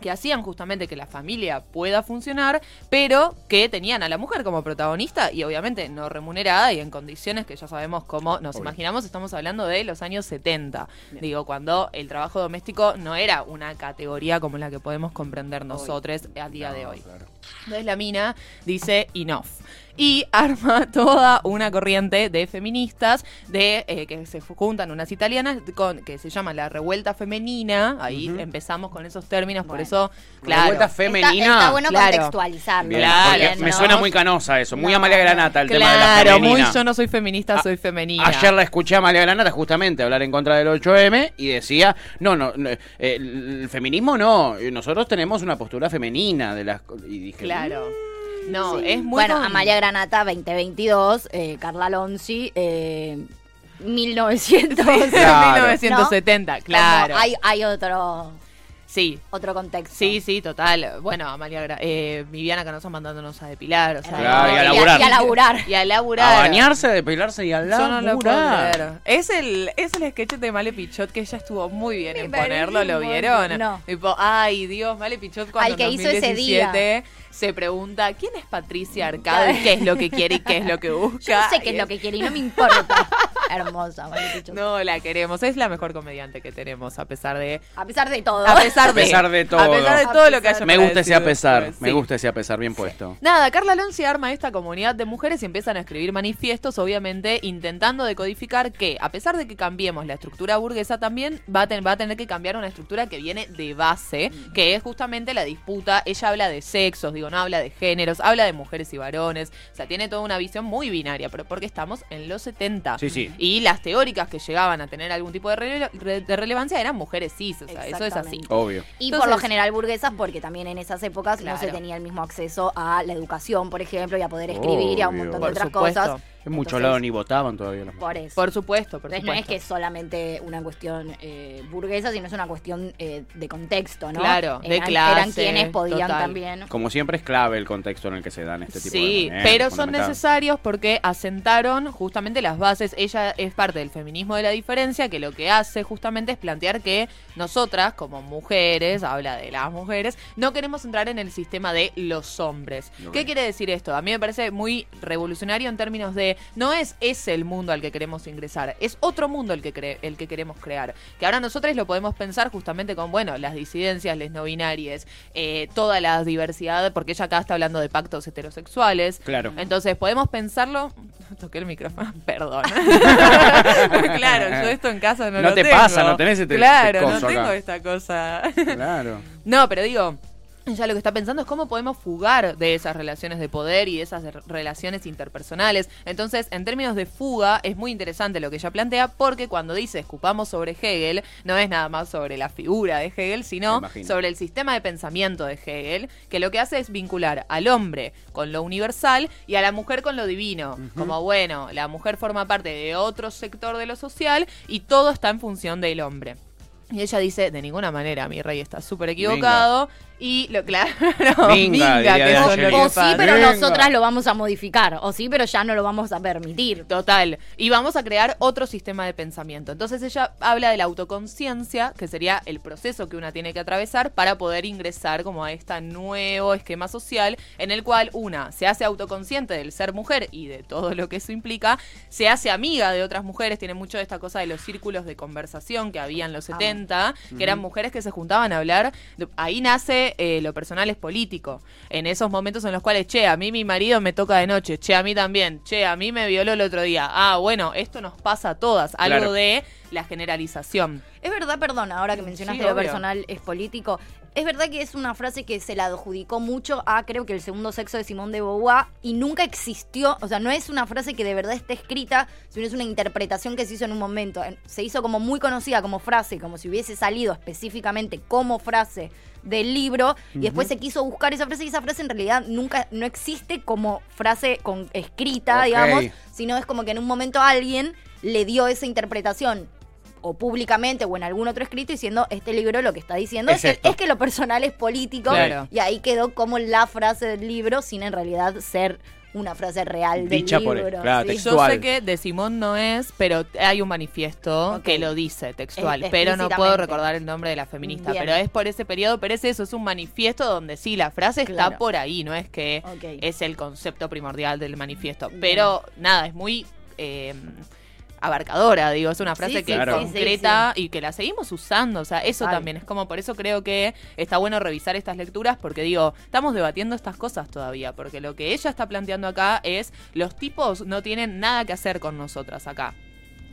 [SPEAKER 3] que hacían justamente que la familia pueda funcionar, pero que tenían a la mujer como protagonista y obviamente no remunerada y en condiciones que ya sabemos cómo nos
[SPEAKER 2] Obvio.
[SPEAKER 3] imaginamos, estamos hablando de los años 70, digo, cuando el trabajo doméstico no era una categoría como la que podemos comprender nosotros al día de hoy.
[SPEAKER 2] Ah, Claro.
[SPEAKER 3] Entonces la mina dice enough. Y arma toda una corriente de feministas de eh, que se juntan unas italianas con que se llama la revuelta femenina. Ahí
[SPEAKER 2] Ujú.
[SPEAKER 3] empezamos con esos términos, por
[SPEAKER 4] Bueno.
[SPEAKER 3] eso, claro.
[SPEAKER 2] Revuelta
[SPEAKER 4] Está,
[SPEAKER 2] femenina.
[SPEAKER 4] está bueno
[SPEAKER 3] Claro.
[SPEAKER 4] contextualizarlo.
[SPEAKER 2] Bien,
[SPEAKER 3] Claro.
[SPEAKER 2] porque
[SPEAKER 4] también,
[SPEAKER 2] me
[SPEAKER 4] ¿no?
[SPEAKER 2] suena muy canosa eso, muy
[SPEAKER 4] No.
[SPEAKER 2] a Amalia Granata el tema de la
[SPEAKER 3] Claro, muy
[SPEAKER 2] femenina.
[SPEAKER 3] yo no soy feminista,
[SPEAKER 2] A-
[SPEAKER 3] soy femenina.
[SPEAKER 2] Ayer la escuché a Amalia Granata justamente hablar en contra del 8M y decía, no, no, no, eh, el, el feminismo no, eh, nosotros tenemos una postura femenina de las co- y dije,
[SPEAKER 3] Claro. No,
[SPEAKER 4] Mm, Sí.
[SPEAKER 3] es muy
[SPEAKER 4] bueno,
[SPEAKER 3] con-
[SPEAKER 4] Amalia Granata 2022, eh, Carla Lonzi eh, 1900.
[SPEAKER 2] Claro.
[SPEAKER 3] 1970, claro.
[SPEAKER 4] Como Hay, hay otro,
[SPEAKER 3] Sí,
[SPEAKER 4] otro contexto.
[SPEAKER 3] Sí, sí, total. Bueno, Amalia, Gra- eh, Viviana Canosa mandándonos a depilar, o sea,
[SPEAKER 2] Claro, y a
[SPEAKER 3] no,
[SPEAKER 2] laburar.
[SPEAKER 4] Y a laburar.
[SPEAKER 3] y a laburar.
[SPEAKER 2] A bañarse, a depilarse y a
[SPEAKER 3] Yo no
[SPEAKER 2] laburar.
[SPEAKER 3] lo puedo creer. Es el, es el sketch de Male Pichot que ella estuvo muy bien
[SPEAKER 4] Me
[SPEAKER 3] en
[SPEAKER 4] parece
[SPEAKER 3] ponerlo, ¿lo
[SPEAKER 4] un
[SPEAKER 3] vieron?
[SPEAKER 4] montón. No.
[SPEAKER 3] Tipo, ay Dios, Male Pichot cuando
[SPEAKER 4] Al que
[SPEAKER 3] en
[SPEAKER 4] hizo ese
[SPEAKER 3] 2017 se pregunta ¿Quién es Patricia Arcado y qué es lo que quiere y qué es lo que
[SPEAKER 4] Yo
[SPEAKER 3] busca?
[SPEAKER 4] sé qué es lo que quiere y no me importa. Hermosa, María Pichot.
[SPEAKER 3] No, la queremos. Es la mejor comediante que tenemos, a pesar de...
[SPEAKER 4] A pesar de todo.
[SPEAKER 3] A pesar de,
[SPEAKER 2] A pesar de todo.
[SPEAKER 3] A pesar de todo lo que
[SPEAKER 4] A
[SPEAKER 3] haya
[SPEAKER 4] pesar
[SPEAKER 2] Me gusta ese
[SPEAKER 3] parecido.
[SPEAKER 2] a pesar, me
[SPEAKER 3] Sí.
[SPEAKER 2] gusta ese a pesar, bien puesto.
[SPEAKER 3] Nada, Carla Alonso arma esta comunidad de mujeres y empiezan a escribir manifiestos, obviamente intentando decodificar que, a pesar de que cambiemos la estructura burguesa, también va a, ten- va a tener que cambiar una estructura que viene de base,
[SPEAKER 2] Mm.
[SPEAKER 3] que es justamente la disputa. Ella habla de sexos, digo, no habla de géneros, habla de mujeres y varones. O sea, tiene toda una visión muy binaria, pero porque estamos en los 70.
[SPEAKER 2] Sí, sí.
[SPEAKER 3] Y las teóricas que llegaban a tener algún tipo de, rele- re- de relevancia eran mujeres cis, o sea, eso es así.
[SPEAKER 4] Exactamente.
[SPEAKER 2] Obvio.
[SPEAKER 4] Y
[SPEAKER 3] Entonces-
[SPEAKER 4] por lo general burguesas, porque también en esas épocas no se
[SPEAKER 3] Claro.
[SPEAKER 4] tenía el mismo acceso a la educación, por ejemplo, y a poder escribir y a un
[SPEAKER 2] Obvio.
[SPEAKER 4] montón de
[SPEAKER 3] Por
[SPEAKER 4] otras
[SPEAKER 3] supuesto.
[SPEAKER 4] cosas.
[SPEAKER 2] En muchos
[SPEAKER 4] Entonces,
[SPEAKER 2] lados ni votaban todavía las mujeres.
[SPEAKER 4] Por eso.
[SPEAKER 3] Por supuesto, por
[SPEAKER 4] Entonces
[SPEAKER 3] supuesto.
[SPEAKER 4] no es que es solamente una cuestión eh, burguesa, sino es una cuestión eh, de contexto, ¿no?
[SPEAKER 3] Claro, de
[SPEAKER 4] Eran- Eran
[SPEAKER 3] clase,
[SPEAKER 4] quienes podían
[SPEAKER 3] total.
[SPEAKER 4] también.
[SPEAKER 2] Como siempre es clave el contexto en el que se dan este tipo de
[SPEAKER 3] Sí,
[SPEAKER 2] reuniones,
[SPEAKER 3] pero son
[SPEAKER 2] fundamental.
[SPEAKER 3] necesarios porque asentaron justamente las bases. Ella es parte del feminismo de la diferencia, que lo que hace justamente es plantear que nosotras, como mujeres, habla de las mujeres, no queremos entrar en el sistema de los hombres.
[SPEAKER 2] Ok.
[SPEAKER 3] ¿Qué quiere decir esto? A mí me parece muy revolucionario en términos de no es ese el mundo al que queremos ingresar, es otro mundo el que, cre- el que queremos crear. Que ahora nosotros lo podemos pensar justamente con, bueno, las disidencias, les no binarias, eh, toda la diversidad, porque ella acá está hablando de pactos heterosexuales.
[SPEAKER 2] Claro.
[SPEAKER 3] Entonces, podemos pensarlo. Toqué el micrófono, perdón. claro, yo esto en casa no,
[SPEAKER 2] No
[SPEAKER 3] lo
[SPEAKER 2] te
[SPEAKER 3] tengo.
[SPEAKER 2] pasa, no tenés este-
[SPEAKER 3] Claro,
[SPEAKER 2] este
[SPEAKER 3] no
[SPEAKER 2] coso
[SPEAKER 3] tengo
[SPEAKER 2] acá.
[SPEAKER 3] esta cosa.
[SPEAKER 2] Claro.
[SPEAKER 3] No, pero digo, ella lo que está pensando es cómo podemos fugar de esas relaciones de poder y de esas re- relaciones interpersonales. Entonces, en términos de fuga, es muy interesante lo que ella plantea, porque cuando dice escupamos sobre Hegel, no es nada más sobre la figura de Hegel,
[SPEAKER 2] Me
[SPEAKER 3] sino
[SPEAKER 2] imagino.
[SPEAKER 3] sobre el sistema de pensamiento de Hegel, que lo que hace es vincular al hombre con lo universal y a la mujer con lo divino. Como bueno, la mujer forma parte de otro sector de lo social y todo está en función del hombre. Y ella dice, de ninguna manera, mi rey está súper equivocado. Y lo claro,
[SPEAKER 2] Minga,
[SPEAKER 3] minga,
[SPEAKER 2] diría
[SPEAKER 3] que
[SPEAKER 2] de
[SPEAKER 3] eso es
[SPEAKER 2] ayer.
[SPEAKER 3] lo que
[SPEAKER 4] O sí,
[SPEAKER 3] pasa.
[SPEAKER 4] pero
[SPEAKER 2] Venga.
[SPEAKER 4] nosotras lo vamos a modificar. O sí, pero ya no lo vamos a permitir.
[SPEAKER 3] Total. Y vamos a crear otro sistema de pensamiento. Entonces ella habla de la autoconciencia, que sería el proceso que una tiene que atravesar para poder ingresar como a este nuevo esquema social en el cual una se hace autoconsciente del ser mujer y de todo lo que eso implica, se hace amiga de otras mujeres, tiene mucho de esta cosa de los círculos de conversación que había en los
[SPEAKER 4] Amo.
[SPEAKER 3] 70, que eran mujeres que se juntaban a hablar. de- Ahí nace eh, lo personal es político. En esos momentos en los cuales, che, a mí mi marido me toca de noche, che, a mí también, che, a mí me violó el otro día. Ah, bueno, esto nos pasa a todas. Algo
[SPEAKER 2] Claro.
[SPEAKER 3] de la generalización.
[SPEAKER 4] Es verdad, perdón, ahora que mencionaste
[SPEAKER 3] Mm, Sí,
[SPEAKER 4] lo
[SPEAKER 3] obvio.
[SPEAKER 4] personal es político. Es verdad que es una frase que se la adjudicó mucho a, creo que, el segundo sexo de Simón de Beauvoir y nunca existió. O sea, no es una frase que de verdad esté escrita, sino es una interpretación que se hizo en un momento. En- Se hizo como muy conocida como frase, como si hubiese salido específicamente como frase del libro y después se quiso buscar esa frase y esa frase en realidad nunca no existe como frase con, escrita,
[SPEAKER 2] Ok.
[SPEAKER 4] digamos, sino es como que en un momento alguien le dio esa interpretación o públicamente o en algún otro escrito diciendo este libro lo que está diciendo
[SPEAKER 2] Es
[SPEAKER 4] es, que- es
[SPEAKER 2] esto.
[SPEAKER 4] que, lo personal es político
[SPEAKER 3] Claro.
[SPEAKER 4] y ahí quedó como la frase del libro sin en realidad ser una frase real del
[SPEAKER 2] Dicha por
[SPEAKER 4] libro.
[SPEAKER 2] él, claro,
[SPEAKER 4] ¿sí?
[SPEAKER 2] textual.
[SPEAKER 3] Yo sé que de Simón no es, pero hay un manifiesto
[SPEAKER 4] Ok.
[SPEAKER 3] que lo dice textual,
[SPEAKER 4] Es-
[SPEAKER 3] pero no puedo
[SPEAKER 4] explícitamente.
[SPEAKER 3] recordar el nombre de la feminista,
[SPEAKER 4] Bien.
[SPEAKER 3] pero es por ese periodo, pero es eso, es un manifiesto donde sí, la frase está
[SPEAKER 4] Claro.
[SPEAKER 3] por ahí, no es que
[SPEAKER 4] Ok.
[SPEAKER 3] es el concepto primordial del manifiesto,
[SPEAKER 4] Bien.
[SPEAKER 3] pero nada, es muy... eh, abarcadora, digo, es una frase
[SPEAKER 4] Sí,
[SPEAKER 2] sí,
[SPEAKER 3] que es
[SPEAKER 2] Claro. sí, sí,
[SPEAKER 3] concreta y que la seguimos usando, o sea, eso
[SPEAKER 4] Total.
[SPEAKER 3] también es como, por eso creo que está bueno revisar estas lecturas porque digo, estamos debatiendo estas cosas todavía, porque lo que ella está planteando acá es, los tipos no tienen nada que hacer con nosotras acá.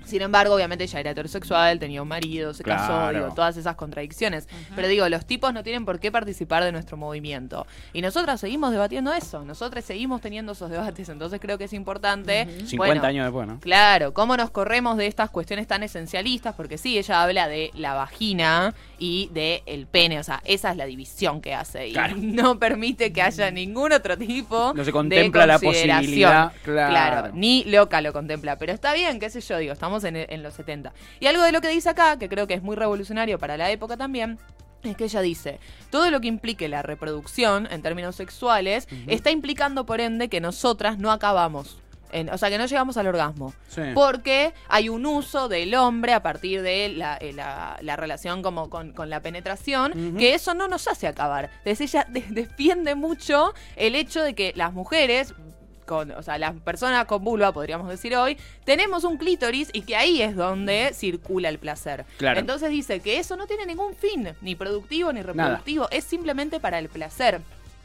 [SPEAKER 3] Sin embargo, obviamente ella era heterosexual, tenía un marido, se casó,
[SPEAKER 2] Claro.
[SPEAKER 3] digo, todas esas contradicciones. Pero digo, los tipos no tienen por qué participar de nuestro movimiento. Y nosotras seguimos debatiendo eso, nosotras seguimos teniendo esos debates, entonces creo que es importante...
[SPEAKER 2] 50
[SPEAKER 3] bueno,
[SPEAKER 2] años después, ¿no?
[SPEAKER 3] Claro, cómo nos corremos de estas cuestiones tan esencialistas, porque sí, ella habla de la vagina y de el pene, o sea, esa es la división que hace y
[SPEAKER 2] Claro.
[SPEAKER 3] no permite que haya ningún otro tipo
[SPEAKER 2] No se
[SPEAKER 3] de
[SPEAKER 2] contempla la
[SPEAKER 3] consideración.
[SPEAKER 2] posibilidad, claro.
[SPEAKER 3] ni loca lo contempla, pero está bien, qué sé yo, digo, estamos en, e, en los 70. Y algo de lo que dice acá, que creo que es muy revolucionario para la época también, es que ella dice, todo lo que implique la reproducción en términos sexuales está implicando por ende que nosotras no acabamos. En- o sea, que no llegamos al orgasmo.
[SPEAKER 2] Sí.
[SPEAKER 3] Porque hay un uso del hombre a partir de la, eh, la- la relación como con, con la penetración, que eso no nos hace acabar. Entonces ella de- defiende mucho el hecho de que las mujeres... Con, o sea, las personas con vulva, podríamos decir hoy, tenemos un clítoris y que ahí es donde circula el placer.
[SPEAKER 2] Claro.
[SPEAKER 3] Entonces dice que eso no tiene ningún fin, ni productivo ni reproductivo, es simplemente para el placer.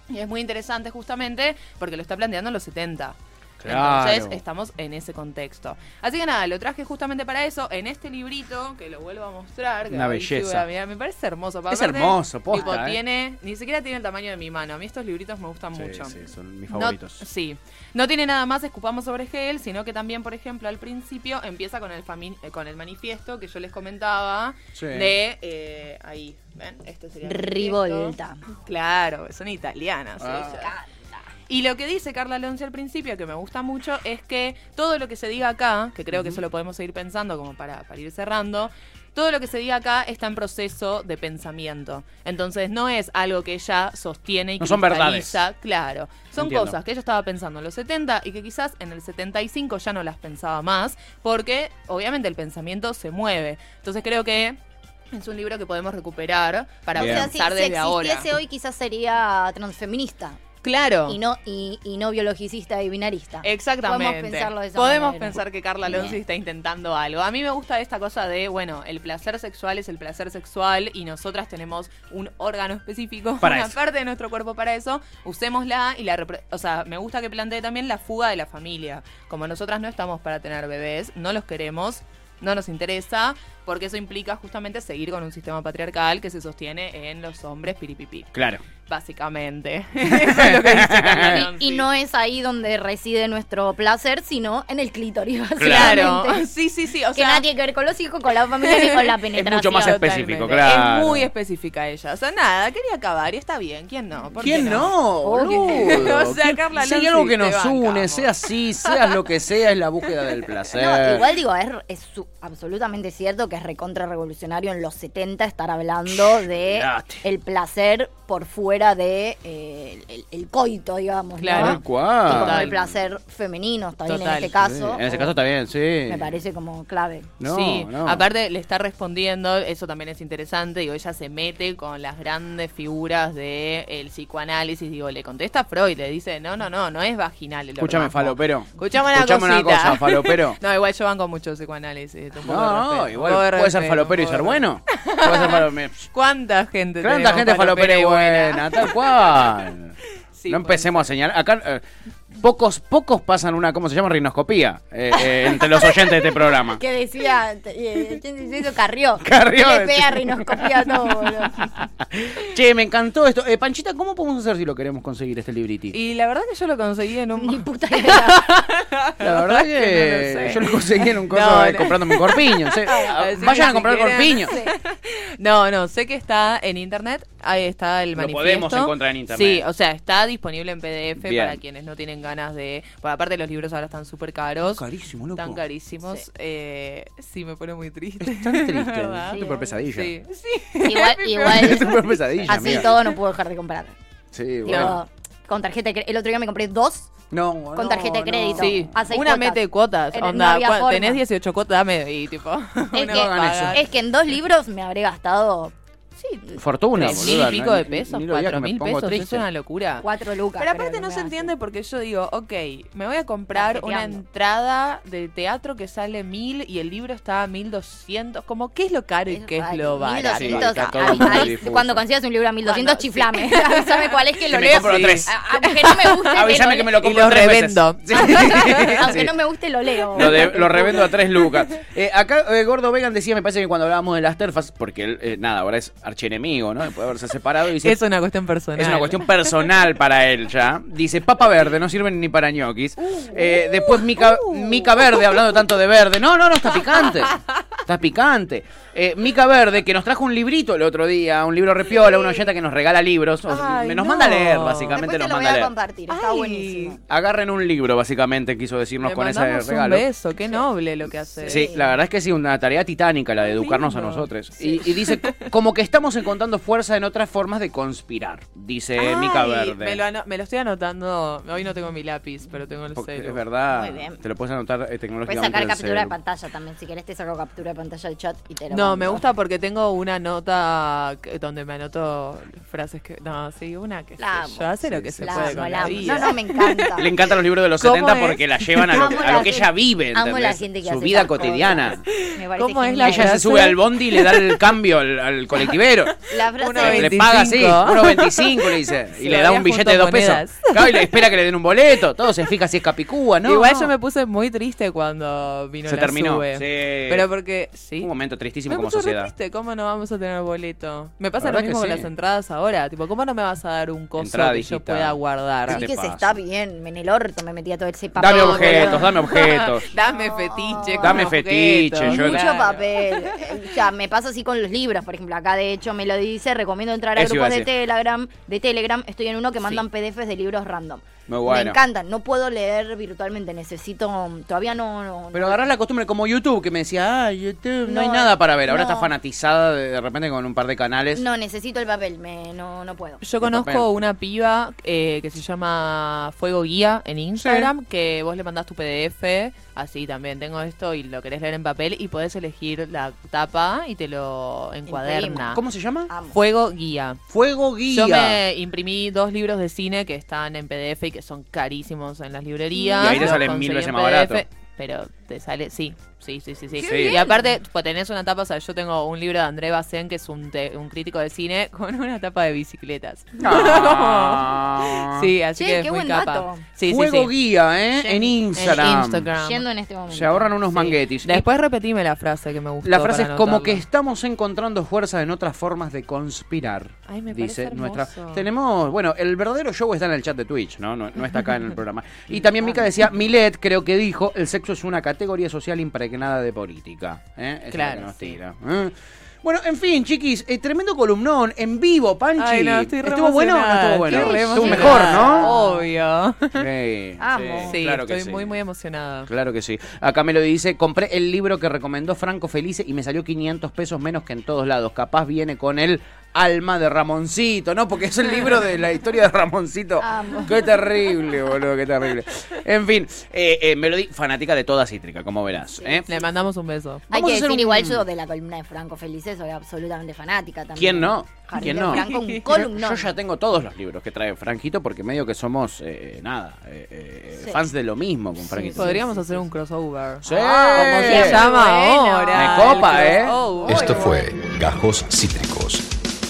[SPEAKER 3] Y es muy interesante justamente porque lo está planteando en los 70.
[SPEAKER 2] Claro.
[SPEAKER 3] Entonces estamos en ese contexto. Así que nada, lo traje justamente para eso, en este librito, que lo vuelvo a mostrar. que
[SPEAKER 2] Una
[SPEAKER 3] ahí
[SPEAKER 2] belleza.
[SPEAKER 3] estuve a mirar, me parece hermoso. para
[SPEAKER 2] Es
[SPEAKER 3] aparte,
[SPEAKER 2] hermoso, posta,
[SPEAKER 3] tipo,
[SPEAKER 2] eh.
[SPEAKER 3] tiene, ni siquiera tiene el tamaño de mi mano. A mí estos libritos me gustan mucho.
[SPEAKER 2] Sí, son mis
[SPEAKER 3] No-
[SPEAKER 2] favoritos.
[SPEAKER 3] sí. No tiene nada más escupamos sobre gel, sino que también, por ejemplo, al principio empieza con el fami- eh, con el manifiesto que yo les comentaba
[SPEAKER 2] Sí.
[SPEAKER 3] de eh, ahí, ¿ven? Este sería el manifiesto.
[SPEAKER 4] Rivolta.
[SPEAKER 3] Claro, son italianas
[SPEAKER 2] Ah.
[SPEAKER 3] ellas. Y lo que dice Carla Alonso al principio, que me gusta mucho, es que todo lo que se diga acá, que creo que eso lo podemos seguir pensando como para, para ir cerrando, todo lo que se diga acá está en proceso de pensamiento. Entonces no es algo que ella sostiene y
[SPEAKER 2] No son verdades.
[SPEAKER 3] cristaliza, Claro, son
[SPEAKER 2] Entiendo.
[SPEAKER 3] cosas que ella estaba pensando en los 70 y que quizás en el 75 ya no las pensaba más, porque obviamente el pensamiento se mueve. Entonces creo que es un libro que podemos recuperar para
[SPEAKER 2] Bien.
[SPEAKER 4] O sea, si,
[SPEAKER 3] pensar
[SPEAKER 4] si
[SPEAKER 3] desde ahora.
[SPEAKER 4] existiese hoy quizás sería transfeminista
[SPEAKER 3] Claro.
[SPEAKER 4] y no, y, y no biologicista y binarista.
[SPEAKER 3] Exactamente.
[SPEAKER 4] Podemos pensarlo de esa
[SPEAKER 3] Podemos
[SPEAKER 4] manera.
[SPEAKER 3] pensar que Carla Alonso
[SPEAKER 4] Bien.
[SPEAKER 3] está intentando algo. A mí me gusta esta cosa de, bueno, el placer sexual es el placer sexual y nosotras tenemos un órgano específico,
[SPEAKER 2] Para
[SPEAKER 3] una
[SPEAKER 2] eso.
[SPEAKER 3] parte de nuestro cuerpo para eso. Usémosla y la... repro- O sea, me gusta que plantee también la fuga de la familia. Como nosotras no estamos para tener bebés, no los queremos, no nos interesa, porque eso implica justamente seguir con un sistema patriarcal que se sostiene en los hombres piripipi,
[SPEAKER 2] Claro.
[SPEAKER 3] básicamente. Eso es lo que dice Carla Alonso.
[SPEAKER 4] Y no es ahí donde reside nuestro placer, sino en el clítoris.
[SPEAKER 3] Claro,
[SPEAKER 4] básicamente.
[SPEAKER 3] sí, sí, sí. O
[SPEAKER 4] que
[SPEAKER 3] sea,
[SPEAKER 4] nada tiene que ver con los hijos, con la familia ni con la penetración.
[SPEAKER 2] mucho más
[SPEAKER 3] Totalmente.
[SPEAKER 2] específico, claro.
[SPEAKER 3] Es muy específica ella. O sea, nada, quería acabar y está bien. ¿Quién no? ¿Por qué
[SPEAKER 2] ¿Quién no? boludo?
[SPEAKER 3] O sea,
[SPEAKER 2] ¿Quién-
[SPEAKER 3] Carla
[SPEAKER 2] si hay
[SPEAKER 3] Lanzi,
[SPEAKER 2] algo que
[SPEAKER 3] te
[SPEAKER 2] nos
[SPEAKER 3] bancamos.
[SPEAKER 2] une, sea así, seas lo que sea, es la búsqueda del placer.
[SPEAKER 4] No, igual digo, es, es su- absolutamente cierto que es recontra revolucionario en los 70 estar hablando de
[SPEAKER 2] Mirate.
[SPEAKER 4] el placer por fuera de eh, el, el coito, digamos,
[SPEAKER 3] Claro.
[SPEAKER 2] Tal
[SPEAKER 4] ¿no? Tipo, como el
[SPEAKER 2] cual.
[SPEAKER 3] Total.
[SPEAKER 4] placer femenino, está bien en
[SPEAKER 3] Total.
[SPEAKER 4] este
[SPEAKER 2] Sí,
[SPEAKER 4] caso.
[SPEAKER 2] En ese
[SPEAKER 4] o-
[SPEAKER 2] caso está bien, sí.
[SPEAKER 4] Me parece como clave.
[SPEAKER 2] No,
[SPEAKER 3] sí,
[SPEAKER 2] no.
[SPEAKER 3] aparte le está respondiendo, eso también es interesante, digo, ella se mete con las grandes figuras del el psicoanálisis, digo, le contesta a Freud, le dice, no, no, no, no es vaginal el
[SPEAKER 2] Escúchame,
[SPEAKER 3] orgasmo.
[SPEAKER 2] falopero.
[SPEAKER 3] Escuchame una,
[SPEAKER 2] Escuchame una
[SPEAKER 3] cosita.
[SPEAKER 2] cosa, falopero.
[SPEAKER 3] no, igual yo banco mucho el psicoanálisis. un poco de
[SPEAKER 2] No,
[SPEAKER 3] respeto,
[SPEAKER 2] no,
[SPEAKER 3] un
[SPEAKER 2] igual
[SPEAKER 3] poco de
[SPEAKER 2] puede ser
[SPEAKER 3] respeto,
[SPEAKER 2] falopero y
[SPEAKER 3] un
[SPEAKER 2] ser
[SPEAKER 3] poco de-
[SPEAKER 2] bueno. Puede ser falopero.
[SPEAKER 3] ¿Cuánta gente
[SPEAKER 2] Tanta
[SPEAKER 3] tenemos
[SPEAKER 2] gente falopera y buena, tal cual.
[SPEAKER 3] Sí,
[SPEAKER 2] no
[SPEAKER 3] puede
[SPEAKER 2] empecemos a señalar. Acá eh, pocos, pocos pasan una, ¿cómo se llama? Rinoscopía eh, eh, entre los oyentes de este programa.
[SPEAKER 4] Que decía, eh, ¿quién decía eso? Carrió.
[SPEAKER 2] Carrió,
[SPEAKER 4] Que Le pega
[SPEAKER 2] sí.
[SPEAKER 4] rinoscopía a todo, boludo.
[SPEAKER 2] Che, me encantó esto. Eh, Panchita, ¿cómo podemos hacer si lo queremos conseguir este libriti?
[SPEAKER 3] Y la verdad que yo lo conseguí en
[SPEAKER 4] Ni
[SPEAKER 3] un...
[SPEAKER 4] puta idea.
[SPEAKER 2] La verdad que,
[SPEAKER 3] que no lo sé.
[SPEAKER 2] yo lo conseguí en un coso
[SPEAKER 3] No,
[SPEAKER 2] de-
[SPEAKER 3] no.
[SPEAKER 2] comprando mi corpiño. sí.
[SPEAKER 3] Así que
[SPEAKER 2] Vayan a
[SPEAKER 3] si
[SPEAKER 2] comprar
[SPEAKER 3] quieren-
[SPEAKER 2] corpiño.
[SPEAKER 3] No, no, sé que está en internet, ahí está el
[SPEAKER 2] Lo
[SPEAKER 3] manifiesto.
[SPEAKER 2] podemos encontrar en internet.
[SPEAKER 3] Sí, o sea, está disponible en PDF
[SPEAKER 2] Bien.
[SPEAKER 3] para quienes no tienen ganas de... Bueno, aparte los libros ahora están súper caros.
[SPEAKER 2] Carísimo, loco.
[SPEAKER 3] Están carísimos. Eh, sí, me pone muy triste.
[SPEAKER 2] Es tan triste.
[SPEAKER 3] ¿Verdad?
[SPEAKER 2] Es tu peor pesadilla.
[SPEAKER 3] Sí, sí.
[SPEAKER 4] Igual,
[SPEAKER 2] Es tu
[SPEAKER 4] igual
[SPEAKER 2] peor pesadilla,
[SPEAKER 4] así
[SPEAKER 2] amiga.
[SPEAKER 4] todo no puedo dejar de comprar.
[SPEAKER 2] Sí,
[SPEAKER 4] Digo,
[SPEAKER 2] bueno.
[SPEAKER 4] con tarjeta de cre- El otro día me compré dos
[SPEAKER 2] No,
[SPEAKER 4] con tarjeta de crédito.
[SPEAKER 3] Sí,
[SPEAKER 4] A seis
[SPEAKER 3] una
[SPEAKER 4] cuotas.
[SPEAKER 3] mete cuotas.
[SPEAKER 4] Eh, no
[SPEAKER 3] Onda,
[SPEAKER 4] había
[SPEAKER 3] cua-
[SPEAKER 4] forma.
[SPEAKER 3] tenés 18 cuotas, dame y tipo...
[SPEAKER 4] Es
[SPEAKER 3] una
[SPEAKER 4] que,
[SPEAKER 3] paga.
[SPEAKER 4] es que en dos libros me habré gastado sí,
[SPEAKER 2] Fortuna,
[SPEAKER 3] Tres mil
[SPEAKER 2] boluda,
[SPEAKER 3] y
[SPEAKER 2] no,
[SPEAKER 3] pico de
[SPEAKER 2] ni-
[SPEAKER 3] pesos,
[SPEAKER 2] ni lo digas que
[SPEAKER 3] cuatro
[SPEAKER 2] me
[SPEAKER 3] mil
[SPEAKER 2] pongo
[SPEAKER 3] pesos, es
[SPEAKER 2] triste.
[SPEAKER 3] una locura.
[SPEAKER 4] cuatro lucas. creo
[SPEAKER 3] Pero aparte
[SPEAKER 4] que
[SPEAKER 3] no
[SPEAKER 4] me
[SPEAKER 3] se
[SPEAKER 4] gasté.
[SPEAKER 3] entiende porque yo digo, ok, me voy a comprar una
[SPEAKER 4] Tarjeteando.
[SPEAKER 3] entrada de teatro que sale mil y el libro está a mil doscientos. Como, ¿qué es lo caro y
[SPEAKER 4] Es
[SPEAKER 3] qué es
[SPEAKER 4] raro,
[SPEAKER 3] lo barato?
[SPEAKER 4] 1200,
[SPEAKER 2] Sí, está todo
[SPEAKER 4] ay,
[SPEAKER 2] muy
[SPEAKER 4] ay,
[SPEAKER 2] difuso.
[SPEAKER 4] cuando consigas un libro a 1200,
[SPEAKER 3] Cuando-
[SPEAKER 4] chiflame. Avísame cuál es que lo
[SPEAKER 2] me
[SPEAKER 4] leo.
[SPEAKER 2] compro
[SPEAKER 4] Sí.
[SPEAKER 2] tres.
[SPEAKER 4] A- Aunque no me guste,
[SPEAKER 2] Avísame que me lo
[SPEAKER 3] Y
[SPEAKER 2] compro
[SPEAKER 3] lo
[SPEAKER 2] tres
[SPEAKER 3] revendo.
[SPEAKER 2] veces. Sí,
[SPEAKER 4] leo. Aunque
[SPEAKER 2] sí.
[SPEAKER 4] no me guste, lo leo.
[SPEAKER 2] Lo, de- lo revendo a tres lucas. Eh, acá eh, Gordo Vegan decía, me parece que cuando hablábamos de las terfas, porque él, eh, nada, ahora es archienemigo, ¿no? Después de haberse separado, dice,
[SPEAKER 3] Es una cuestión personal.
[SPEAKER 2] Es una cuestión personal para él ya. Dice, papa verde, no sirven ni para ñoquis. Eh, después mica, mica verde, hablando tanto de verde. No, no, no, está picante. Está picante. Eh, mica verde, que nos trajo un librito el otro día, un libro repiola, una oyenta que nos regala libros. O-
[SPEAKER 3] Ay,
[SPEAKER 2] me- nos
[SPEAKER 3] no.
[SPEAKER 2] manda a leer,
[SPEAKER 4] Después
[SPEAKER 2] básicamente
[SPEAKER 4] te
[SPEAKER 2] nos
[SPEAKER 4] lo voy
[SPEAKER 2] manda a
[SPEAKER 4] a
[SPEAKER 2] leer.
[SPEAKER 4] compartir, está
[SPEAKER 3] Ay.
[SPEAKER 4] buenísimo.
[SPEAKER 2] Agarren un libro, básicamente, quiso decirnos
[SPEAKER 3] Le
[SPEAKER 2] con ese
[SPEAKER 3] mandamos un
[SPEAKER 2] regalo.
[SPEAKER 3] beso, qué noble lo que hace.
[SPEAKER 2] Sí, la verdad es que sí, una tarea titánica la de
[SPEAKER 3] Qué
[SPEAKER 2] educarnos a
[SPEAKER 3] lindo.
[SPEAKER 2] nosotros. Y, y dice, co- como que estamos encontrando fuerza en otras formas de conspirar, dice
[SPEAKER 3] Ay,
[SPEAKER 2] eh, Mica Verde.
[SPEAKER 3] Me lo, ano- me lo estoy anotando. Hoy no tengo mi lápiz, pero tengo el
[SPEAKER 2] Porque
[SPEAKER 3] celu.
[SPEAKER 2] es verdad.
[SPEAKER 4] Muy bien.
[SPEAKER 2] Te lo puedes anotar eh,
[SPEAKER 4] Puedes
[SPEAKER 2] tecnológicamente.
[SPEAKER 4] sacar
[SPEAKER 2] en el
[SPEAKER 4] captura de
[SPEAKER 2] celu.
[SPEAKER 4] pantalla también, si querés te saco captura de pantalla el chat y te lo
[SPEAKER 3] No,
[SPEAKER 4] mando.
[SPEAKER 3] me gusta porque tengo una nota que- donde me anoto frases que. No, sí, una que.
[SPEAKER 4] La
[SPEAKER 3] sé
[SPEAKER 4] amo.
[SPEAKER 3] yo hace lo
[SPEAKER 2] Sí,
[SPEAKER 3] que
[SPEAKER 2] sí,
[SPEAKER 3] se
[SPEAKER 4] La
[SPEAKER 3] puede
[SPEAKER 4] amo,
[SPEAKER 3] con
[SPEAKER 4] la
[SPEAKER 3] la
[SPEAKER 4] amo.
[SPEAKER 3] vida.
[SPEAKER 4] No, no, me encanta.
[SPEAKER 2] Le encantan los libros de los
[SPEAKER 3] ¿Cómo
[SPEAKER 2] 70
[SPEAKER 3] es?
[SPEAKER 2] porque la llevan a lo,
[SPEAKER 4] Amo
[SPEAKER 2] a lo
[SPEAKER 4] la
[SPEAKER 2] que
[SPEAKER 4] gente-
[SPEAKER 2] ella vive,
[SPEAKER 4] Amo la
[SPEAKER 2] ¿entendés?
[SPEAKER 4] gente que
[SPEAKER 2] Su
[SPEAKER 4] hace
[SPEAKER 2] vida
[SPEAKER 4] esas
[SPEAKER 2] cotidiana.
[SPEAKER 4] cosas. Me parece
[SPEAKER 3] ¿Cómo es
[SPEAKER 4] genial.
[SPEAKER 3] la
[SPEAKER 2] Ella se
[SPEAKER 3] frase?
[SPEAKER 2] sube al bondi y le da el cambio al, al colectivero.
[SPEAKER 4] La frase
[SPEAKER 3] Una
[SPEAKER 4] es-
[SPEAKER 2] Le paga así,
[SPEAKER 3] 25.
[SPEAKER 2] 1.25 le dice. Y
[SPEAKER 3] Sí,
[SPEAKER 2] le da un
[SPEAKER 3] varias
[SPEAKER 2] billete de dos pesos.
[SPEAKER 3] juntamonedas.
[SPEAKER 2] Claro, y le espera que le den un boleto. Todo se fija si es Capicúa, ¿no?
[SPEAKER 3] Igual yo
[SPEAKER 2] No.
[SPEAKER 3] me puse muy triste cuando vino
[SPEAKER 2] Se
[SPEAKER 3] la
[SPEAKER 2] terminó.
[SPEAKER 3] sube.
[SPEAKER 2] sí.
[SPEAKER 3] Pero porque. Sí.
[SPEAKER 2] Un momento tristísimo
[SPEAKER 3] Me
[SPEAKER 2] como
[SPEAKER 3] puso re
[SPEAKER 2] sociedad.
[SPEAKER 3] triste, ¿cómo no vamos a tener boleto? Me pasa
[SPEAKER 2] La
[SPEAKER 3] lo
[SPEAKER 2] verdad
[SPEAKER 3] mismo
[SPEAKER 2] que
[SPEAKER 3] con
[SPEAKER 2] sí.
[SPEAKER 3] las entradas ahora. Tipo, ¿cómo no me vas a dar un coso
[SPEAKER 2] Entrada
[SPEAKER 3] que
[SPEAKER 2] digital.
[SPEAKER 3] yo pueda guardar?
[SPEAKER 4] Sí
[SPEAKER 2] te
[SPEAKER 4] que se
[SPEAKER 2] pasa.
[SPEAKER 4] está bien, en el orto me metía todo ese papel.
[SPEAKER 2] Dame
[SPEAKER 4] boludo.
[SPEAKER 2] objetos, dame objetos.
[SPEAKER 3] Dame fetiche.
[SPEAKER 2] Dame
[SPEAKER 3] como
[SPEAKER 2] fetiche,
[SPEAKER 3] objeto.
[SPEAKER 2] yo-
[SPEAKER 4] Mucho
[SPEAKER 3] Claro.
[SPEAKER 4] papel. Eh, Ya, me pasa así con los libros, por ejemplo. Acá, de hecho, me lo dice. Recomiendo entrar a
[SPEAKER 2] Eso iba a
[SPEAKER 4] grupos de
[SPEAKER 2] decir.
[SPEAKER 4] Telegram. De Telegram estoy en uno que mandan
[SPEAKER 3] Sí.
[SPEAKER 4] PDFs de libros random.
[SPEAKER 2] Muy bueno.
[SPEAKER 4] Me encantan. No puedo leer virtualmente. Necesito... Todavía no... no-
[SPEAKER 2] Pero agarrás la costumbre como YouTube, que me decía, ah, YouTube, no,
[SPEAKER 4] No,
[SPEAKER 2] hay nada para ver. Ahora
[SPEAKER 4] no.
[SPEAKER 2] está fanatizada de, de repente con un par de canales.
[SPEAKER 4] no, necesito el papel. Me, no, no puedo.
[SPEAKER 3] Yo
[SPEAKER 2] De papel.
[SPEAKER 3] conozco una piba eh, que se llama Fuego Guía en Instagram, que vos le mandás tu PDF, así también tengo esto y lo querés leer en papel y podés elegir la tapa y te lo encuaderna.
[SPEAKER 2] ¿Cómo se llama?
[SPEAKER 4] Amo.
[SPEAKER 3] Fuego Guía.
[SPEAKER 2] Fuego Guía.
[SPEAKER 3] Ah. Yo me imprimí dos libros de cine que están en PDF y que son carísimos en las librerías.
[SPEAKER 2] Y ahí te
[SPEAKER 3] Los
[SPEAKER 2] salen
[SPEAKER 3] conseguí
[SPEAKER 2] mil
[SPEAKER 3] en
[SPEAKER 2] veces más
[SPEAKER 3] PDF,
[SPEAKER 2] barato.
[SPEAKER 3] Pero te sale, sí, sí, sí, sí. sí.
[SPEAKER 2] Qué bien.
[SPEAKER 3] Y aparte, pues, tenés una tapa, o sea, yo tengo un libro de André Bacén, que es un, te- un crítico de cine, con una tapa de bicicletas.
[SPEAKER 2] Ah.
[SPEAKER 3] Sí, así
[SPEAKER 4] Che,
[SPEAKER 3] que
[SPEAKER 4] qué
[SPEAKER 3] es muy
[SPEAKER 4] buen
[SPEAKER 3] capa.
[SPEAKER 4] dato.
[SPEAKER 3] Sí, sí,
[SPEAKER 2] Fuego
[SPEAKER 3] sí.
[SPEAKER 2] Guía, ¿eh? En Instagram.
[SPEAKER 3] Instagram.
[SPEAKER 4] Yendo en este momento.
[SPEAKER 2] Se ahorran unos manguetis.
[SPEAKER 3] Después repetime la frase que me gustó.
[SPEAKER 2] La frase es
[SPEAKER 3] para
[SPEAKER 2] como
[SPEAKER 3] anotarla.
[SPEAKER 2] que estamos encontrando fuerzas en otras formas de conspirar.
[SPEAKER 3] Ay, me parece
[SPEAKER 2] dice nuestra.
[SPEAKER 3] hermoso.
[SPEAKER 2] Tenemos, bueno, el verdadero show está en el chat de Twitch, ¿no? No, no está acá en el programa. Y también Mica decía, Milet creo que dijo, el sexo es una categoría social impregnada de política. ¿eh? Eso es lo que
[SPEAKER 3] Claro,
[SPEAKER 2] nos
[SPEAKER 3] sí.
[SPEAKER 2] tira, ¿eh? Bueno, en fin, chiquis, eh, tremendo columnón en vivo, Panchi.
[SPEAKER 3] Ay, no, estoy re
[SPEAKER 2] ¿Estuvo bueno o no
[SPEAKER 3] emocionada,
[SPEAKER 2] estuvo bueno?
[SPEAKER 3] estoy re
[SPEAKER 2] Estuvo mejor,
[SPEAKER 3] emocionada.
[SPEAKER 2] ¿no?
[SPEAKER 3] Obvio.
[SPEAKER 2] Sí,
[SPEAKER 4] Amo.
[SPEAKER 3] Sí,
[SPEAKER 2] claro que
[SPEAKER 3] estoy
[SPEAKER 2] sí.
[SPEAKER 3] muy, muy emocionada.
[SPEAKER 2] Claro que sí. Acá me lo dice, compré el libro que recomendó Franco Felice y me salió 500 pesos menos que en todos lados. Capaz viene con el alma de Ramoncito, ¿no? Porque es el libro de la historia de Ramoncito.
[SPEAKER 4] Amo.
[SPEAKER 2] Qué terrible, boludo, qué terrible. En fin, eh, eh, me lo di, fanática de toda cítrica, como verás. ¿eh?
[SPEAKER 3] Le mandamos un beso.
[SPEAKER 4] Hay
[SPEAKER 2] Vamos
[SPEAKER 4] que
[SPEAKER 2] a hacer
[SPEAKER 4] decir
[SPEAKER 2] un-
[SPEAKER 4] igual yo de la columna de Franco Felices soy absolutamente fanática también.
[SPEAKER 2] ¿Quién no?
[SPEAKER 4] Jardín
[SPEAKER 2] ¿Quién
[SPEAKER 4] de
[SPEAKER 2] no?
[SPEAKER 4] Franco, un
[SPEAKER 2] Yo,
[SPEAKER 4] columnón.
[SPEAKER 2] yo ya tengo todos los libros que trae Franquito porque medio que somos, eh, nada, eh, eh,
[SPEAKER 4] Sí. Ah,
[SPEAKER 2] fans de lo mismo con Franquito.
[SPEAKER 3] Podríamos hacer un crossover.
[SPEAKER 2] Sí.
[SPEAKER 3] Como se
[SPEAKER 4] Sí.
[SPEAKER 3] llama
[SPEAKER 4] Bueno.
[SPEAKER 3] ahora.
[SPEAKER 2] Me copa,
[SPEAKER 3] el
[SPEAKER 2] ¿eh?
[SPEAKER 3] crossover.
[SPEAKER 1] Esto fue Gajos Cítricos.